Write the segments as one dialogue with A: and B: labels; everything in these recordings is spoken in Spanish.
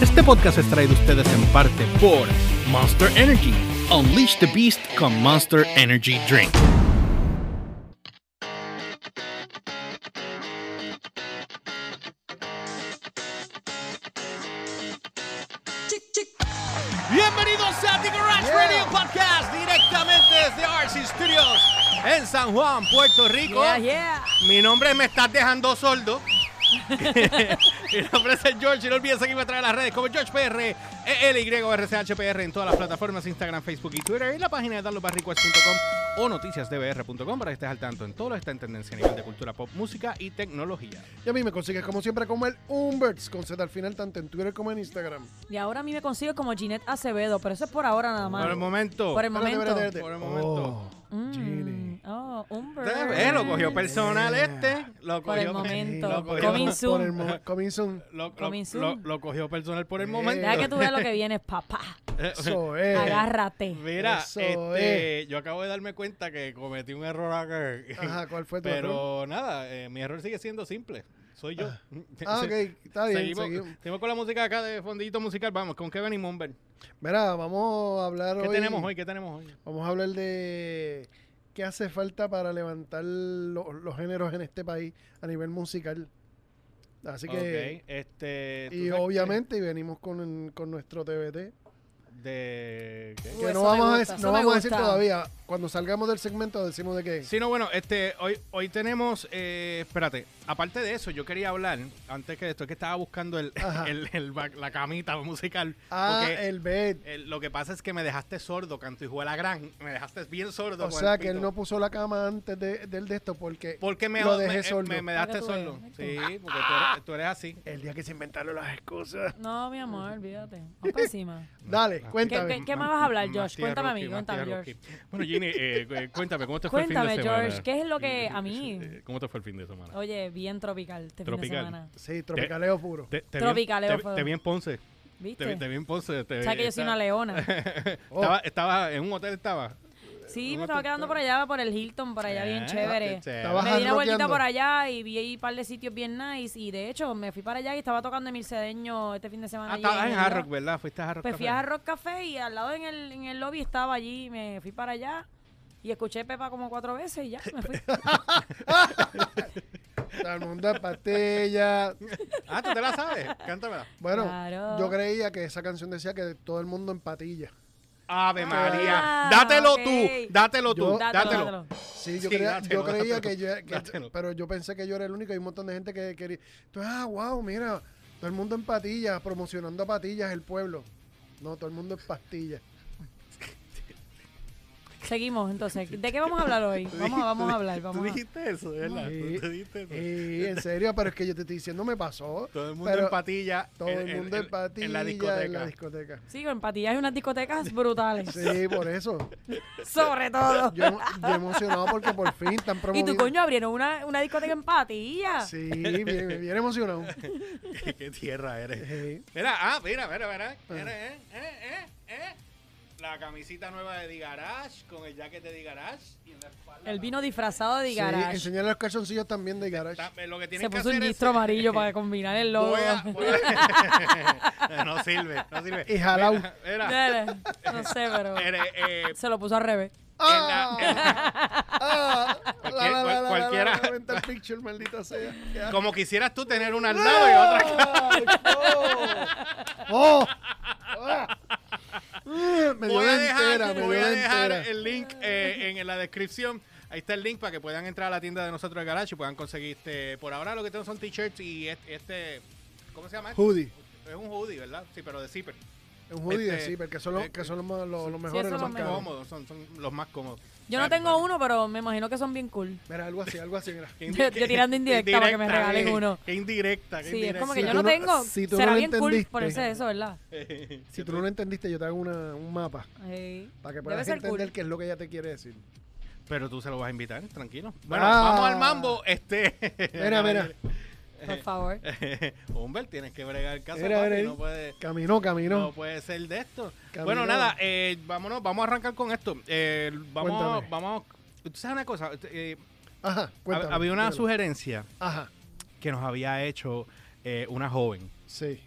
A: Este podcast es traído a ustedes en parte por Monster Energy. Unleash the Beast con Monster Energy Drink.
B: Bienvenidos a The Garage Radio Podcast directamente desde RC Studios en San Juan, Puerto Rico.
C: Yeah, yeah.
B: Mi nombre es Me Estás Dejando Sordo. Mi nombre es el George y no olvides seguirme a través de las redes como GeorgePR, ELYRCHPR en todas las plataformas Instagram, Facebook y Twitter y la página de danlobarrequest.com o noticiasdbr.com para que estés al tanto en todo lo que está en tendencia a nivel de cultura pop, música y tecnología.
D: Y a mí me consigues como siempre como el Umberts con Z al final tanto en Twitter como en Instagram.
C: Y ahora a mí me consigo como Ginette Acevedo, pero eso es por ahora nada más.
B: Por el momento.
C: Por el
D: Espérate,
C: momento.
D: espérate, espérate.
B: Por el momento.
D: Oh,
C: Mm.
D: Gini.
C: Oh, Umber.
B: Eh, lo cogió personal
D: Yeah.
B: este. Lo cogió
C: Por el
D: Lo
C: momento.
D: cogemos
C: Coming
D: por
C: soon.
D: el mo- coming soon.
B: Lo, lo-
C: Coming soon.
B: lo- lo cogió personal por el
D: Eh.
B: momento.
C: Deja que tú veas lo que viene, papá.
B: eh.
D: Eso es.
C: Agárrate.
B: Mira,
D: Eso
B: este, yo acabo de darme cuenta que cometí un error acá.
D: Ajá, ¿cuál fue tu
B: Pero
D: error?
B: nada, eh, mi error sigue siendo simple. Soy yo.
D: Ah, ok, está bien,
B: eh, seguimos,
D: seguimos.
B: seguimos con la música acá de fondillito musical. Vamos, ¿con qué venimos, Humbert?
D: Mira, vamos a hablar
B: ¿Qué tenemos hoy? ¿Qué tenemos hoy?
D: Vamos a hablar de qué hace falta para levantar lo- los géneros en este país a nivel musical. Así que,
B: Ok, este, tú
D: y
B: sabes que-
D: obviamente, y venimos con, con nuestro TBT.
B: De, ¿qué?
C: Uh,
D: Que
C: eso
D: no
C: me
D: vamos, a,
C: gusta,
D: dec-
C: eso
D: no
C: me
D: vamos a decir
C: gusta.
D: todavía. Cuando salgamos del segmento decimos de qué.
B: Sí, no, bueno, este, hoy, hoy tenemos, eh, espérate, aparte de eso, yo quería hablar, antes que esto, es que estaba buscando el,
D: Ajá.
B: el- el back- la camita musical.
D: Ah,
B: porque
D: el bet.
B: eh, lo que pasa es que me dejaste sordo, canto y juela gran, me dejaste bien sordo.
D: O
B: con el
D: sea que él
B: pito.
D: no puso la cama antes de, del de esto porque
B: Porque me,
D: lo
B: me-
D: dejé
B: eh,
D: sordo.
B: me- me dejaste
C: Para que tú
B: sordo.
C: veas.
B: Sí, porque tú eres, tú eres así.
D: El día que se inventaron las excusas.
C: No, mi amor, olvídate. Vamos para encima.
D: Dale,
C: ¿Qué-
D: cuéntame.
C: qué- más vas a hablar,
B: Matías
C: Josh? Cuéntame a mí,
B: Rocky,
C: cuéntame,
B: Matías
C: Josh.
B: Rocky. Bueno, Ginny, eh, cu- eh, cuéntame, ¿cómo te fue el
C: Cuéntame,
B: fin de semana?
C: George, ¿qué es lo que a mí? Oh,
B: Eh, ¿Cómo te fue el fin de semana?
C: Oye, bien tropical este fin de
B: Tropical.
C: semana.
D: Sí, tropicaleo puro.
B: Te, te vi en-
C: Tropicaleo
B: te vi-
C: fue.
B: te vi en Ponce.
C: ¿Viste?
B: Te, vi- te vi en Ponce. te
C: o sea
B: vi-
C: que yo soy
B: estaba-
C: una leona. Oh.
B: Estaba, estaba en un hotel, estaba. No
C: Sí, me
B: te-
C: estaba quedando por allá, por el Hilton, por allá bien
B: Eh,
C: chévere.
B: te- te-
D: Estaba-
C: Me di una vueltita
D: jarloqueando.
C: por allá y vi ahí un par de sitios bien nice. Y de hecho, me fui para allá y estaba tocando Emil Cedeño este fin de semana.
B: Ah,
C: allí
B: estabas en
C: el-
B: Hard Rock, ¿verdad? Fuiste a Hard Rock.
C: Pues fui a
B: Café.
C: Hard Rock Café y al lado en el, en el lobby estaba allí. Me fui para allá y escuché Pepa como cuatro veces y ya me fui.
D: Salmón de pastilla.
B: Ah, tú te la sabes. Cántamela.
D: Bueno,
C: Claro.
D: yo creía que esa canción decía que todo el mundo en patilla.
B: Ave María.
C: Ah,
B: Dátelo
C: ok.
B: tú. Dátelo tú.
D: Yo-
B: dátelo.
D: Sí, yo,
B: Sí,
D: creía,
B: dátelo,
D: yo creía
B: dátelo,
D: que yo... que-
B: dátelo.
D: pero yo pensé que yo era el único. Hay un montón de gente que quería... Tú, ah, wow, mira. Todo el mundo en patillas, promocionando patillas el pueblo. No, todo el mundo en pastillas.
C: Seguimos entonces. ¿De qué vamos a hablar hoy? Vamos, a- vamos a hablar.
B: Tú
C: Vamos a-
B: dijiste eso, ¿verdad?
D: Sí,
B: Tú te dijiste eso.
D: sí, en serio, pero es que yo te estoy diciendo, me pasó.
B: Todo el mundo
D: Eh, pero
B: en patilla.
D: Todo
B: en-
D: el
B: en-
D: mundo
B: en-
D: en patilla
B: En la discoteca.
D: discoteca.
C: Sí, en Patillas hay unas discotecas brutales.
D: Sí, por eso.
C: Sobre todo.
D: Yo, emo- yo emocionado porque por fin están
C: Y
D: promoviendo.
C: tu coño abrieron una, una discoteca en Patillas.
D: Sí, bien, bien emocionado.
B: Qué tierra eres.
D: Sí.
B: Mira, ah, mira, mira, mira. mira, eh, eh, eh, eh. La camisita nueva de Digarash con el jacket de Digarash y en la espalda.
C: El vino disfrazado de
D: Sí,
C: garage.
D: enseñarle los calzoncillos también de garage.
B: Está- eh, Lo que
C: Se
B: tienen que
C: puso un
B: hacer es-
C: distro amarillo para combinar el logo.
B: Voy a- voy a- no sirve, no sirve.
D: Y jalao.
B: Mira, mira,
C: Dale, No sé, pero
B: mire, eh,
C: se lo puso al revés.
D: ¡Ah!
B: en
D: ¡Ah! La, la, la, la, la, la,
B: Cualquiera.
D: la, la, mental picture, maldita sea. Ya.
B: como quisieras tú tener una al lado y otra acá.
D: ¡Ay, ¡Oh! ¡Oh! ¡Ah! Mm, Me dio
B: Voy a
D: la
B: dejar,
D: entera, me dio
B: voy a
D: la
B: dejar
D: entera.
B: el link eh, en la descripción. Ahí está el link para que puedan entrar a la tienda de nosotros de Garage y puedan conseguir este. Por ahora lo que tengo son t-shirts y este, este- ¿Cómo se llama? esto?
D: Hoodie.
B: Es un hoodie, ¿verdad? Sí, pero de zipper.
D: Un hoodie
B: Este,
D: de zipper, que son los, que son los, más- los, los mejores,
C: eso
D: los
C: lo
D: más
C: mejor.
D: caros.
B: Cómodos, son, son los más cómodos.
C: Yo no
B: Ah,
C: tengo uno, pero me imagino que son bien cool.
D: Mira, algo así, algo así, mira.
B: qué
C: Yo- yo tirando indirecta para que me regalen
B: eh,
C: uno.
B: Qué indirecta, qué
C: Sí, es
B: indirecta.
C: como que
D: Si
C: yo
D: tú
C: no
D: no-
C: tengo.
D: si tú
C: Será
D: no lo
C: bien cool
D: entendiste.
C: ponerse eso, ¿verdad?
D: Si tú no lo entendiste, yo te hago una, un mapa
C: Ey,
D: para que
C: Debe
D: puedas
C: ser cool.
D: entender qué es lo que ella te quiere decir.
B: Pero tú se lo vas a invitar, tranquilo. Bueno,
D: Ah.
B: vamos al mambo. Este.
D: Mira, mira.
C: Por favor.
B: Humber, tienes que bregar el caso.
D: Mira,
B: papi,
D: mira,
B: no, puede,
D: Caminó,
B: no
D: caminó.
B: puede ser de esto.
D: Caminó.
B: Bueno, nada, eh, vámonos, vamos a arrancar con esto. Eh, vamos,
D: Cuéntame.
B: vamos. Tú sabes una cosa, Eh,
D: Ajá, cuéntame.
B: había una
D: dímelo.
B: sugerencia
D: Ajá,
B: que nos había hecho eh, una joven.
D: sí.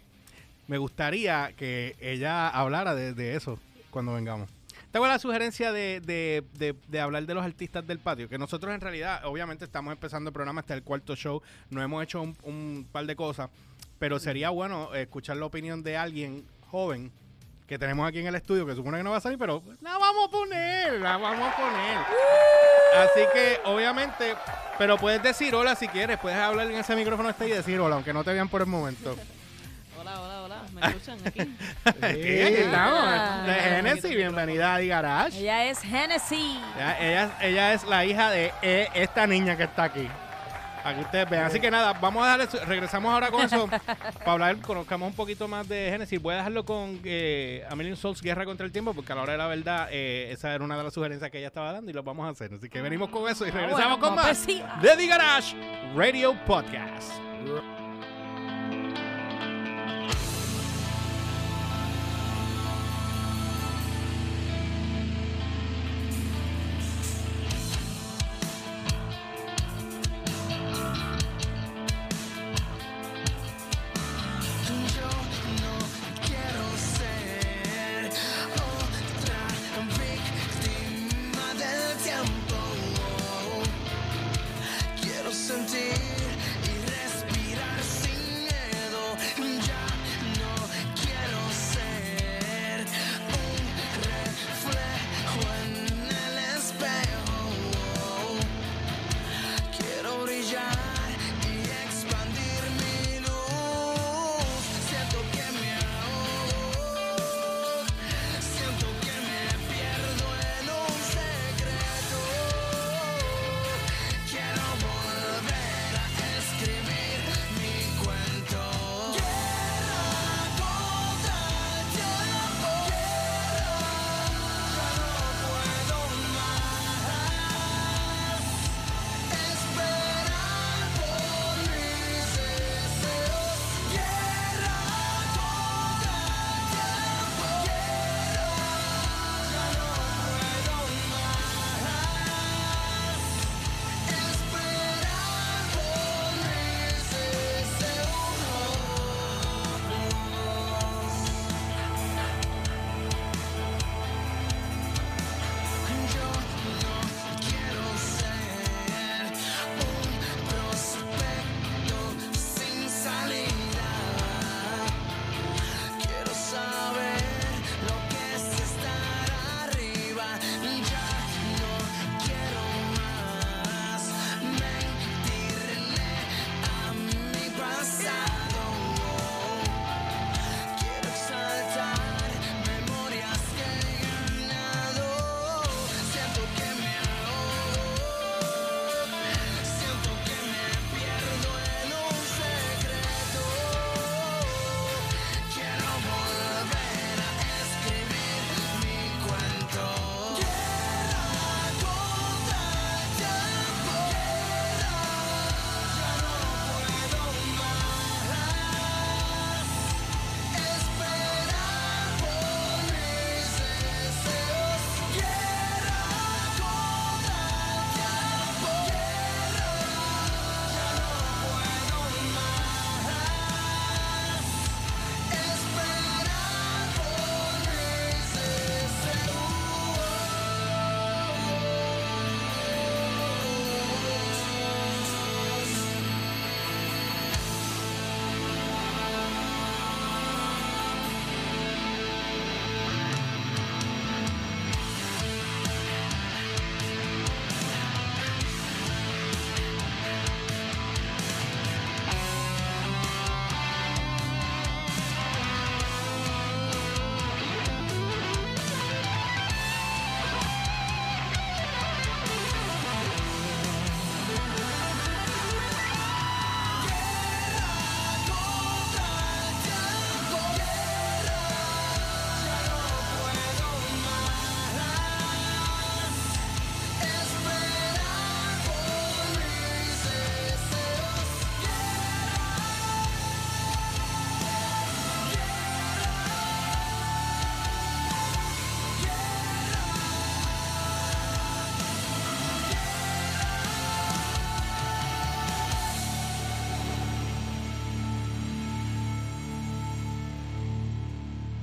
B: Me gustaría que ella hablara de, de eso cuando vengamos. Tengo la sugerencia de, de- de- de hablar de los artistas del patio, que nosotros en realidad, obviamente, estamos empezando el programa hasta el cuarto show, no hemos hecho un, un par de cosas, pero sería bueno escuchar la opinión de alguien joven que tenemos aquí en el estudio, que supone que no va a salir, pero la vamos a poner, la vamos a poner. Así que, obviamente, pero puedes decir hola si quieres, puedes hablar en ese micrófono este y decir hola, aunque no te vean por el momento.
E: Hola, hola, hola. ¿Me escuchan aquí?
B: Sí, aquí estamos. De
E: Ah.
B: Genesis, bienvenida a Garage.
C: Ella es Hennessy.
B: Ella, ella- ella es la hija de eh, esta niña que está aquí. Aquí ustedes ven. Así que nada, vamos a darle. su- Regresamos ahora con eso. para hablar, conozcamos un poquito más de Genesis. Voy a dejarlo con eh, A Million Souls Guerra contra el Tiempo, porque a la hora de la verdad, eh, esa era una de las sugerencias que ella estaba dando y lo vamos a hacer. Así que venimos con eso y regresamos
C: bueno,
B: con más.
C: pues sí.
B: de The Garage Radio Podcast.
F: víctima del tiempo. Quiero sentir y respirar.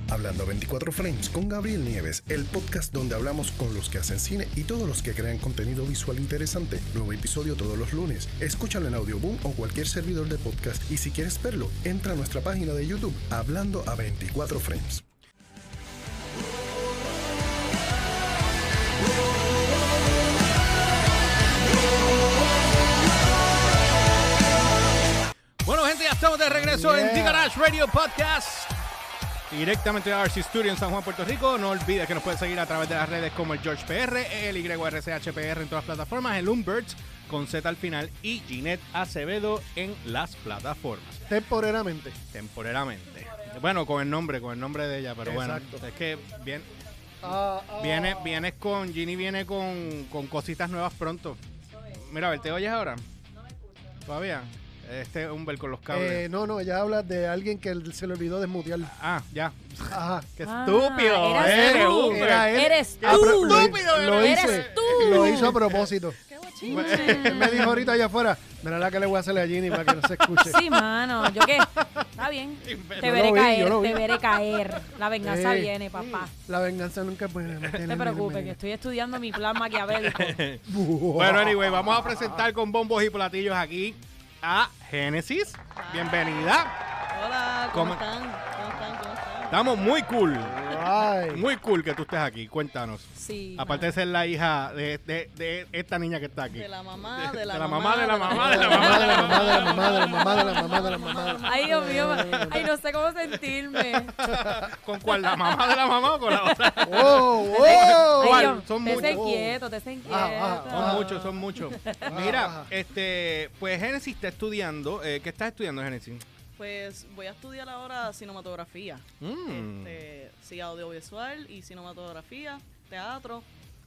F: Hablando 24 Frames con Gabriel Nieves, el podcast donde hablamos con los que hacen cine y todos los que crean contenido visual interesante. Nuevo episodio todos los lunes. Escúchalo en Audioboom o cualquier servidor de podcast y si quieres verlo, entra a nuestra página de YouTube Hablando a 24 Frames.
B: Bueno, gente, ya estamos de regreso en
D: Yeah.
B: The Garage Radio Podcast. Directamente de RC Studio en San Juan, Puerto Rico. No olvides que nos puedes seguir a través de las redes como el George PR, el YRCHPR en todas las plataformas, el Umberts con Z al final y Ginette Acevedo en las plataformas.
D: Temporeramente.
B: Temporeramente. Bueno, con el nombre, con el nombre de ella, pero
D: Exacto.
B: bueno. Es que bien,
D: Ah, ah.
B: viene, vienes con, Ginny viene con, con cositas nuevas pronto. Mira, a ver, ¿te oyes ahora? ¿Todavía? Este Umber con los cables.
D: Eh, no, no, ella habla de alguien que se le olvidó desmutear.
B: Ah, ya.
D: Ajá.
B: Qué
C: Ah,
B: estúpido.
C: eras
B: eres,
C: tú.
B: Uber.
D: Era él.
C: Eres
D: Ah, pero
C: tú.
D: lo-
B: Estúpido,
D: lo
C: eres
D: hice-
C: tú.
D: Lo hizo a propósito.
E: Qué
D: Él me dijo ahorita allá afuera, mira la que le voy a hacerle a Ginny para que no se escuche.
C: Sí, mano. ¿Yo qué? Está bien. Te veré
D: Yo lo vi, yo
C: caer,
D: lo vi.
C: te veré caer. La venganza
D: Ey.
C: viene, papá.
D: La venganza nunca es buena. No
C: No te preocupes, que estoy estudiando mi plan maquiavélico.
B: Bueno, anyway, vamos a presentar con bombos y platillos aquí a Génesis. Bienvenida.
E: Hola,
B: ¿Cómo-
E: ¿cómo están? ¿Cómo están? ¿Cómo están?
B: Estamos muy cool.
D: Ay,
B: Muy cool que tú estés aquí. Cuéntanos.
C: Sí.
B: Aparte de ser la hija de, de- de esta niña que está aquí.
E: De la mamá, de la,
B: De la mamá, de la mamá, de la
D: mamá de la mamá de la mamá de la mamá de la mamá de la mamá.
C: Ay, Dios mío. Ay, no sé cómo sentirme.
B: ¿Con cuál? ¿La mamá de la mamá o con la otra?
D: ¡Oh,
C: Ay,
D: oh!
C: Dios,
B: son
C: te
B: muchos.
C: sen quieto, te sen
D: Ah, ah,
C: quieto.
B: Son muchos, son muchos. Mira,
D: ajá.
B: este, pues Génesis está estudiando. eh, ¿Qué estás estudiando, Génesis?
E: Pues voy a estudiar ahora cinematografía.
B: Mm.
E: Este, sí, audiovisual y cinematografía, teatro.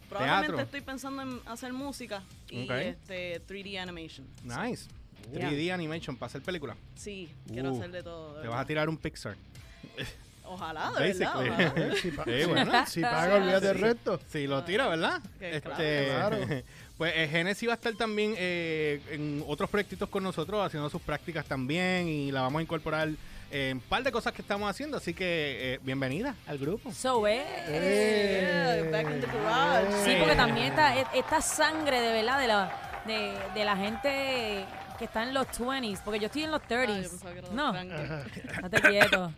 E: Probablemente
B: Teatro.
E: estoy pensando en hacer música y
B: Ok.
E: este 3D animation.
B: Nice. 3D Animation para hacer película.
E: Sí, quiero
B: Uh,
E: hacer de todo. de
B: Te vas a
E: verdad.
B: tirar un Pixar.
E: Ojalá, Ah, de verdad,
B: Basically.
E: ojalá.
D: Eh, Si paga,
B: Sí, bueno.
D: si paga, olvídate del resto.
B: Sí, lo tira, ¿verdad?
E: Que
B: Este,
D: claro.
B: Pues eh, Genesis va a estar también eh, en otros proyectitos con nosotros, haciendo sus prácticas también y la vamos a incorporar eh, en un par de cosas que estamos haciendo, así que eh, bienvenida al grupo.
C: So, eh.
E: Yeah,
D: Eh,
E: back in the garage.
C: Sí, porque también está e- esta sangre de verdad de la, de, de la gente que está en los 20s, porque yo estoy en los
E: Ah, yo
C: 30s.
E: pensaba que era de
C: no,
E: Frankie.
C: estate quieto.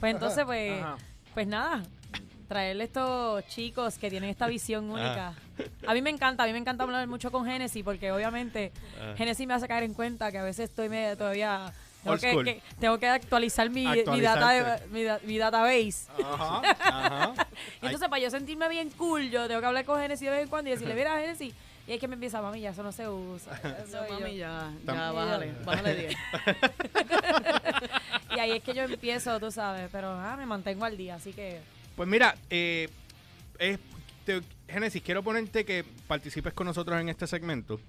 C: Pues entonces, pues,
B: Ajá.
C: pues nada, traerle estos chicos que tienen esta visión única. A mí me encanta, a mí me encanta hablar mucho con Genesis, porque obviamente
B: Ah.
C: Genesis me hace caer en cuenta que a veces estoy medio todavía... Tengo
B: Old
C: que,
B: school.
C: que- tengo que actualizar mi, mi, data de-
B: Actualizarte.
C: mi da- mi database.
B: Ajá, ajá.
C: Y entonces, para yo sentirme bien cool, yo tengo que hablar con Genesis de vez en cuando y decirle, mira, Genesis. Y es que me empieza, mami, ya eso no se usa. Eso
E: No,
C: y yo-
E: mami, ya, ya,
B: Tam-
E: bájale, bájale 10.
C: Y ahí es que yo empiezo, tú sabes, pero ah, me mantengo al día, así que...
B: Pues mira, eh, es- te- Génesis, quiero ponerte que participes con nosotros en este segmento,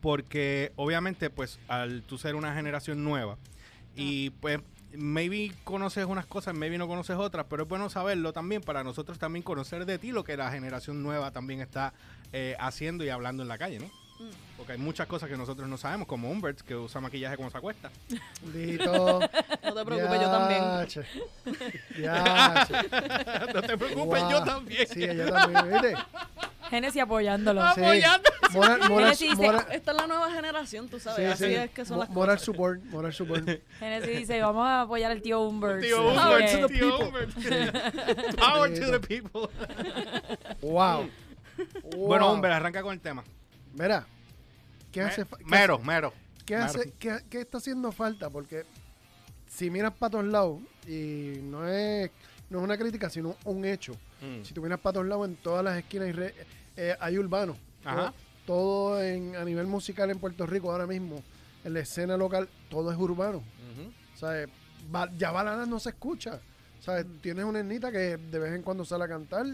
B: porque obviamente, pues, al tú ser una generación nueva,
D: Ah.
B: y pues, maybe conoces unas cosas, maybe no conoces otras, pero es bueno saberlo también para nosotros también conocer de ti lo que la generación nueva también está eh, haciendo y hablando en la calle, ¿no?
E: Mm.
B: Porque hay muchas cosas que nosotros no sabemos, como Humbert, que usa maquillaje cuando se acuesta.
D: Lito.
E: No te preocupes, yo también.
D: Ya.
B: no te preocupes, yo también.
D: Sí, yo también, ¿viste?
C: Genesis apoyándolo.
D: Sí.
B: Apoyando.
D: Moral, moral,
C: Genesis dice,
D: moral,
E: Esta es la nueva generación, tú
D: sí,
E: sabes.
D: sí.
E: Así es que son
D: Mo-
E: las cosas.
D: moral support, moral support.
C: Genesis dice, vamos a apoyar al tío Humbert.
B: Tío
C: Así
B: Humbert,
C: que-
B: tío Humbert. Power to the people.
D: Wow.
B: Bueno,
D: Wow.
B: hombre, arranca con el tema.
D: Mira, ¿qué
B: Me-
D: hace fa- qué
B: mero, mero.
D: ¿Qué,
B: Claro.
D: hace, qué, qué está haciendo falta? Porque si miras para todos lados, y no es, no es una crítica, sino un hecho.
B: Mm.
D: Si tú miras para todos lados, en todas las esquinas hay, re- eh, hay urbanos.
B: Ajá.
D: Todo, todo en, a nivel musical en Puerto Rico ahora mismo, en la escena local, todo es urbano.
B: Ujú.
D: O sea, ba- ya baladas no se escucha. O sea,
B: Mm.
D: tienes una ernita que de vez en cuando sale a cantar,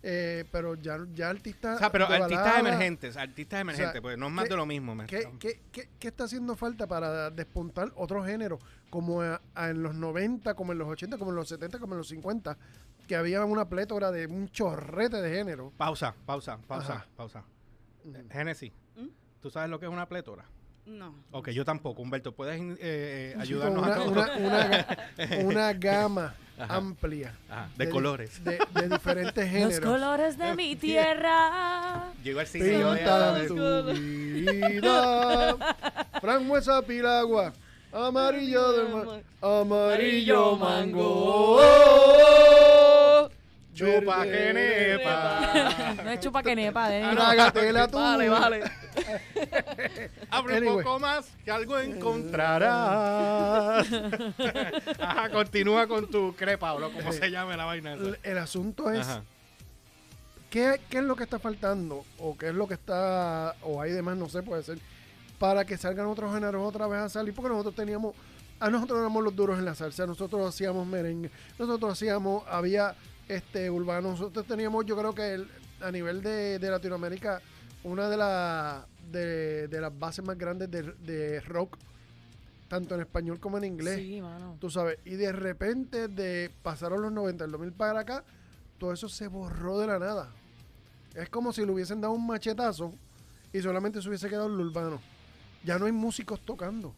D: eh, pero ya, ya artistas...
B: O sea, pero
D: de
B: artistas
D: balada-
B: emergentes, artistas emergentes,
D: sea,
B: pues no es más
D: ¿qué-
B: de lo mismo. me-
D: ¿Qué, qué- qué- qué está haciendo falta para despuntar otro género? Como a- a en los 90, como en los 80, como en los 70, como en los 50, que había una plétora de un chorrete de género.
B: Pausa, pausa, pausa,
D: Ajá.
B: pausa. Eh,
D: Mm.
B: Génesis,
E: ¿Mm?
B: ¿tú sabes lo que es una plétora?
E: No.
B: Ok, yo tampoco. Humberto, ¿puedes eh, eh,
D: Sí,
B: ayudarnos
D: una,
B: a todos?
D: una- una ga- una gama
B: Ajá.
D: amplia.
B: Ajá, de
D: di-
B: colores.
D: De, de diferentes
C: Los
D: géneros.
C: colores de mi tierra.
B: Llegó al cine y yo voy a
D: Pintan
B: ver.
D: tu vida. Fran Muesa Piragua. Amarillo del mar. Amarillo mango.
B: Chupa que
D: Verde.
B: nepa.
C: No es chupa que nepa, ¿eh? de
D: Trágatela tú.
E: Vale, vale.
B: Abre un
D: Anyway.
B: poco más que algo encontrarás. Ajá, continúa con tu crepa, bro, como se llame la vaina esa.
D: El, el asunto es
B: Ajá.
D: ¿qué, qué es lo que está faltando o qué es lo que está o hay demás, no sé, puede ser, para que salgan otros géneros otra vez a salir, porque nosotros teníamos, a nosotros éramos los duros en la salsa, nosotros hacíamos merengue, nosotros hacíamos, había este urbano, nosotros teníamos, yo creo que el- a nivel de, de Latinoamérica, una de, las de, de las bases más grandes de, de rock, tanto en español como en inglés.
C: Sí, mano.
D: Tú sabes, y de repente de pasaron los 90, el 2000 para acá, todo eso se borró de la nada. Es como si le hubiesen dado un machetazo y solamente se hubiese quedado el urbano. Ya no hay músicos tocando. O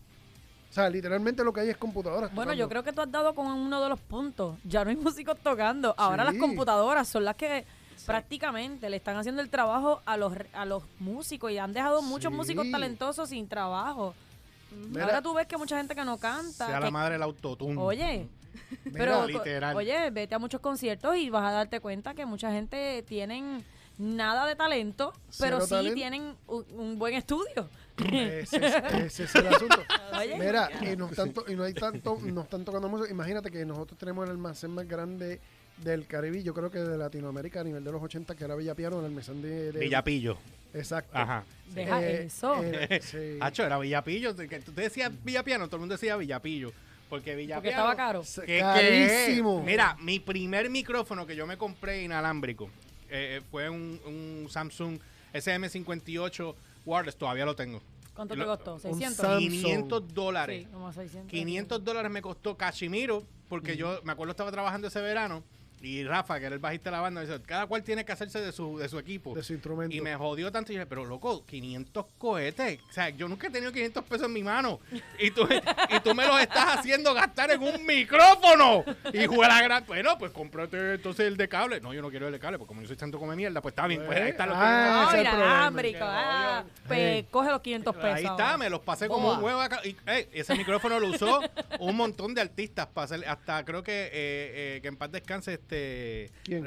D: sea, literalmente lo que hay es computadoras.
C: Bueno, yo creo
D: tocando.
C: que tú has dado con uno de los puntos. Ya no hay músicos tocando. Ahora
D: Sí.
C: las computadoras son las que prácticamente le están haciendo el trabajo a los, a los músicos y han dejado muchos
D: Sí.
C: músicos talentosos sin trabajo.
D: Mira,
C: Ahora tú ves que mucha gente que no
B: Sea
C: canta.
B: la
C: que-
B: madre el autotune.
C: oye,
D: mira,
C: pero
B: Mira, literal.
C: oye, vete a muchos conciertos y vas a darte cuenta que mucha gente tienen nada de talento, pero
D: Cero
C: sí
D: talento.
C: tienen un, un buen estudio.
D: ese, es- ese es el asunto.
B: Oh.
C: Oye,
D: Mira, y no, tanto, y no hay tanto, no están tocando música. Imagínate que nosotros tenemos el almacén más grande del Caribe, y yo creo que de Latinoamérica a nivel de los 80, que era Villa Piano, el almacén de... de-
B: Villapillo.
D: Exacto.
B: Ajá.
C: deja
D: Eh,
C: eso.
D: eh, sí.
B: Hacho, era Villapillo. de que Tú decías Villapiano, todo el mundo decía Villapillo. Porque Villapiano.
C: porque estaba caro.
D: Se-
B: ¿Qué- qué?
D: carísimo.
B: Mira, mi primer micrófono que yo me compré inalámbrico eh, eh, fue un, un Samsung SM58 wireless. Todavía lo tengo.
C: ¿Cuánto
B: Lo-
C: te costó?
B: un
C: 600.
D: Samsung.
B: 500 dólares.
C: Sí, como 600.
B: 500 dólares me costó Cachimiro, porque yo me acuerdo estaba trabajando ese verano y Rafa, que era el bajista de la banda, me dice, cada cual tiene que hacerse de su, de su equipo.
D: de su instrumento.
B: y me jodió tanto y dije, pero loco, 500 cohetes. O sea, yo nunca he tenido 500 pesos en mi mano. Y tú, y tú me los estás haciendo gastar en un micrófono. Y juega gran. Bueno, pues cómprate entonces el de cable. No, yo no quiero el de cable, porque como yo soy tanto come mierda, pues está bien. Pues ahí está lo que-
D: Ah,
C: Ah,
D: ese es el
C: mira,
D: problema.
C: ámbrico,
B: Que
C: ah,
B: jodió.
C: pues, coge los 500 pesos.
B: Ahí está,
C: ahora.
B: me los pasé como un huevo. acá. Y, eh, ese micrófono lo usó un montón de artistas. Para hacer, hasta creo que, eh, eh, que en paz descanse este
D: ¿Quién?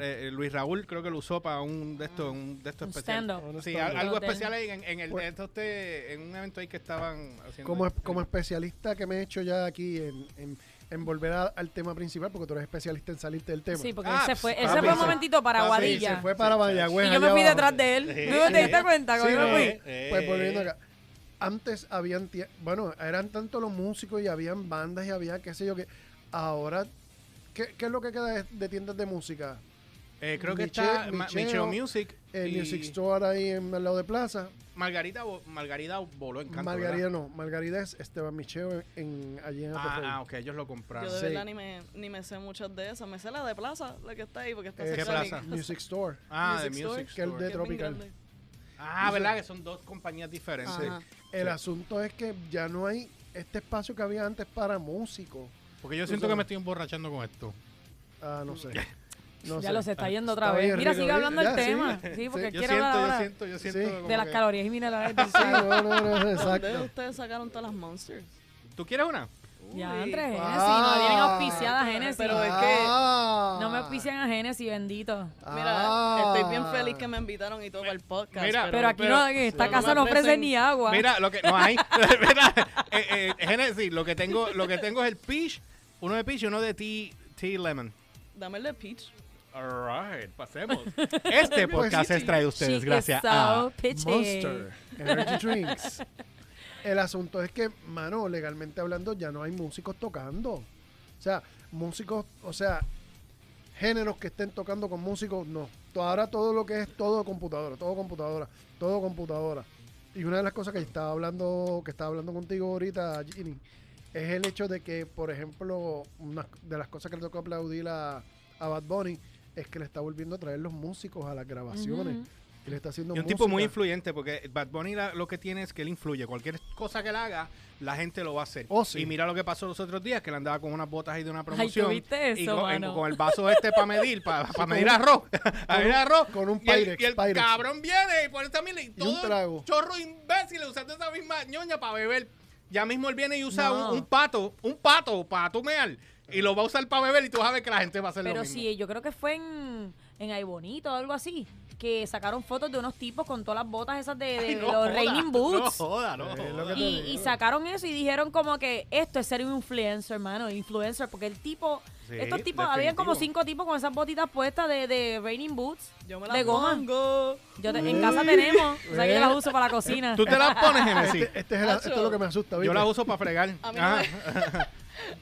B: eh, eh, Luis Raúl, creo que lo usó para un de estos un de estos
C: Un
B: especial.
C: stand-up.
B: Sí,
D: Un
B: al-
D: stand-up.
B: algo
C: Hotel.
B: especial ahí en, en el
D: Pues-
B: de estos de- en un evento ahí que estaban haciendo.
D: como, como especialista que me he hecho ya aquí en, en- en volver a- al tema principal, porque tú eres especialista en salirte del tema.
C: Sí, porque
B: Ah,
C: él se fue, él
B: papi,
C: se fue un
B: se-
C: momentito para
B: papi,
C: Aguadilla.
D: se fue para Mayagüez.
C: y yo me
D: allá
C: fui
D: abajo.
C: detrás de él.
B: Sí.
C: ¿No te diste cuenta?
D: Sí,
C: cuando yo me
D: no,
C: fui?
B: eh.
D: Pues volviendo acá. Antes habían, tie- bueno, eran tanto los músicos y habían bandas y había qué sé yo que ahora ¿qué, qué es lo que queda de, de tiendas de música?
B: Eh, creo que
D: Miche-
B: está Ma-
D: Micheo,
B: Micheo Music.
D: El
B: y
D: Music Store ahí en al lado de Plaza.
B: Margarita, Bo- Margarita voló en canto. ¿verdad?
D: Margarida no, Margarida es Esteban Micheo en, en- allí en
B: Ah,
D: Apefoy.
B: ah, ok, ellos lo
E: Yo
B: compraron.
E: de
D: Sí.
E: verdad ni me, ni me sé muchas de esas. Me sé la de Plaza, la que está ahí, porque está
D: Eh,
E: cerca de mi
B: ¿Qué
E: casa,
D: Music Store.
B: Ah,
E: Music
B: de Music
E: Store,
D: que
B: Store.
D: el de-
E: que es bien
D: Tropical.
E: grande.
B: Ah, ¿verdad? Que son dos compañías diferentes.
E: Ajá.
D: El
B: Sí.
D: asunto es que ya no hay este espacio que había antes para músicos.
B: Porque yo
D: Tú
B: siento que
D: sabes.
B: me estoy emborrachando con esto.
D: Ah, no sé. No
C: ya
D: sé.
C: lo se está yendo
D: está
C: otra vez.
D: bien
C: Mira,
D: rico,
C: sigue hablando del
D: ya, sí.
C: tema. Sí, porque
B: Yo
C: quiere
B: siento,
C: hablar
B: yo
C: ahora
B: siento, yo siento,
D: Sí.
B: como
C: de las
B: que-
C: calorías y minerales.
D: Sí, no, no, no,
E: ¿De
D: exacto.
E: ustedes sacaron todas las Monsters?
B: ¿Tú quieres una?
C: Ya,
E: Uy.
C: Andrés, Genesis.
D: Ah.
C: No vienen auspiciadas Genesis.
E: Pero es que-
D: Ah.
C: No me auspician a Genesis, bendito.
E: Mira,
D: Ah.
E: estoy bien feliz que me invitaron y todo para el podcast.
B: Mira,
C: Pero aquí
B: pero-
C: no, en esta
E: pero
C: casa
E: me
C: no ofrecen
E: ofrecen-
C: ni agua.
B: Mira, lo que no hay. Mira, eh, eh, Genesis, lo que tengo, lo que tengo es el peach, uno de peach y uno de tea, tea lemon.
E: Dame el de Peach.
B: Alright, pasemos. Este podcast es traído a ustedes
C: Chica
B: gracias a
C: Sao Pitchy.
D: Monster Energy Drinks. El asunto es que, mano, legalmente hablando, ya no hay músicos tocando. O sea, músicos, o sea, géneros que estén tocando con músicos, no. To- Ahora todo lo que es todo computadora, todo computadora, todo computadora. Y una de las cosas que estaba hablando, que estaba hablando contigo ahorita, Ginny, es el hecho de que, por ejemplo, una de las cosas que le tocó aplaudir a, a Bad Bunny es que le está volviendo a traer los músicos a las grabaciones.
C: Ujú.
D: Y le está haciendo
B: Y un tipo muy
D: música.
B: influyente porque Bad Bunny la- lo que tiene es que él influye. Cualquier cosa que él haga, la gente lo va a hacer.
D: Oh, sí.
B: Y mira lo que pasó los otros días, que él andaba con unas botas ahí de una promoción.
C: viste
B: y
C: eso,
B: con, en-
C: mano?
B: con el vaso este para medir, para medir arroz. a medir
D: un-
B: arroz.
D: con un
B: Y el-
D: Pyrex,
B: Y el,
D: Pyrex.
B: cabrón viene y por esta mierda y todo
D: un trago.
B: chorro imbécil usando esa misma ñoña para beber. Ya mismo él viene y usa
C: No.
B: un, un pato, un pato para tumear. Y lo va a usar para beber y tú vas a ver que la gente va a hacer lo
C: Pero
B: mismo.
C: sí, yo creo que fue en, en Ay Bonito o algo así, que sacaron fotos de unos tipos con todas las botas esas de, de
B: Ay, no
C: los
B: joda,
C: Raining
B: No
C: Boots.
B: joda, no
D: Es lo
B: joda.
D: que te
C: y,
D: digo.
C: y sacaron eso y dijeron como que esto es ser un influencer, hermano, influencer, porque el tipo,
B: Sí,
C: estos tipos, habían como
B: definitivo.
C: cinco tipos con esas botitas puestas de, de Raining Boots,
E: Yo me
C: de
E: la
C: goma.
E: pongo.
C: Yo te- en casa tenemos, o sea que yo las uso para la cocina.
B: Tú te las pones, Genesis.
D: Este, este es el- esto es lo que me asusta, ¿viste?
B: Yo la uso para fregar.
E: A mí,
B: Ajá.
E: no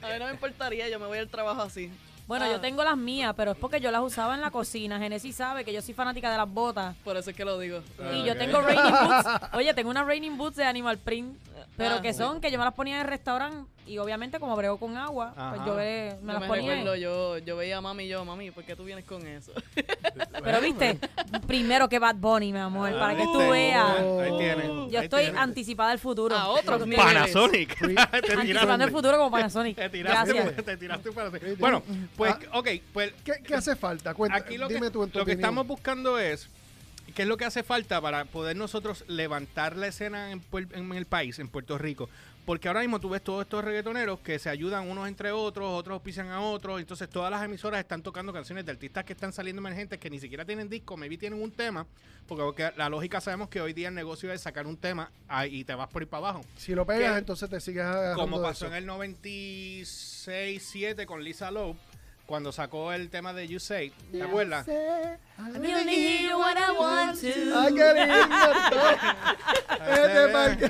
E: me, a mí no me importaría, yo me voy al trabajo así.
C: Bueno,
E: Ah,
C: yo tengo las mías, pero es porque yo las usaba en la cocina. Genesis sabe que yo soy fanática de las botas.
E: Por eso es que lo digo.
C: Y yo tengo raining boots. Oye, tengo unas raining boots de Animal Print, pero
E: Ah,
C: que
E: sí.
C: son que yo me las ponía en el restaurante y obviamente como brego con agua,
B: Ajá.
C: pues yo eh, me
E: Yo
C: las
E: me
C: ponía.
E: recuerdo, yo, yo veía a mami y yo, mami, ¿por qué tú vienes con eso?
C: Pero viste, primero que Bad Bunny, mi amor, Pues, para que tú
B: ¿Viste?
C: veas.
B: Ahí tiene.
C: Yo
B: ahí
C: estoy
B: tiene.
C: anticipada al futuro.
E: A otro
C: Porque-
E: nivel.
B: Panasonic. Te
C: Anticipando el
B: tiraste.
C: futuro como Panasonic.
B: Te tiraste,
C: Gracias.
B: te tiraste un Panasonic. Bueno, pues, ok, pues
D: ¿Qué, qué hace falta? Cuenta,
B: aquí lo, que,
D: Pues, dime tú en tu
B: lo que
D: opinión.
B: estamos buscando es qué es lo que hace falta para poder nosotros levantar la escena en, Puer- en el país, en Puerto Rico. Porque ahora mismo tú ves todos estos reggaetoneros que se ayudan unos entre otros, otros pisan a otros. Entonces todas las emisoras están tocando canciones de artistas que están saliendo emergentes que ni siquiera tienen disco, maybe tienen un tema. Porque, porque la lógica sabemos que hoy día el negocio es sacar un tema ah, y te vas por ir para abajo.
D: Si lo pegas,
B: ¿Qué?
D: entonces te sigues agarrando
B: Como
D: de
B: pasó
D: eso.
B: en el 96-7 con Lisa Loeb, cuando sacó el tema de You Say, ¿te acuerdas?
C: You only hear what I want to.
D: Ay, qué lindo. Este mal que-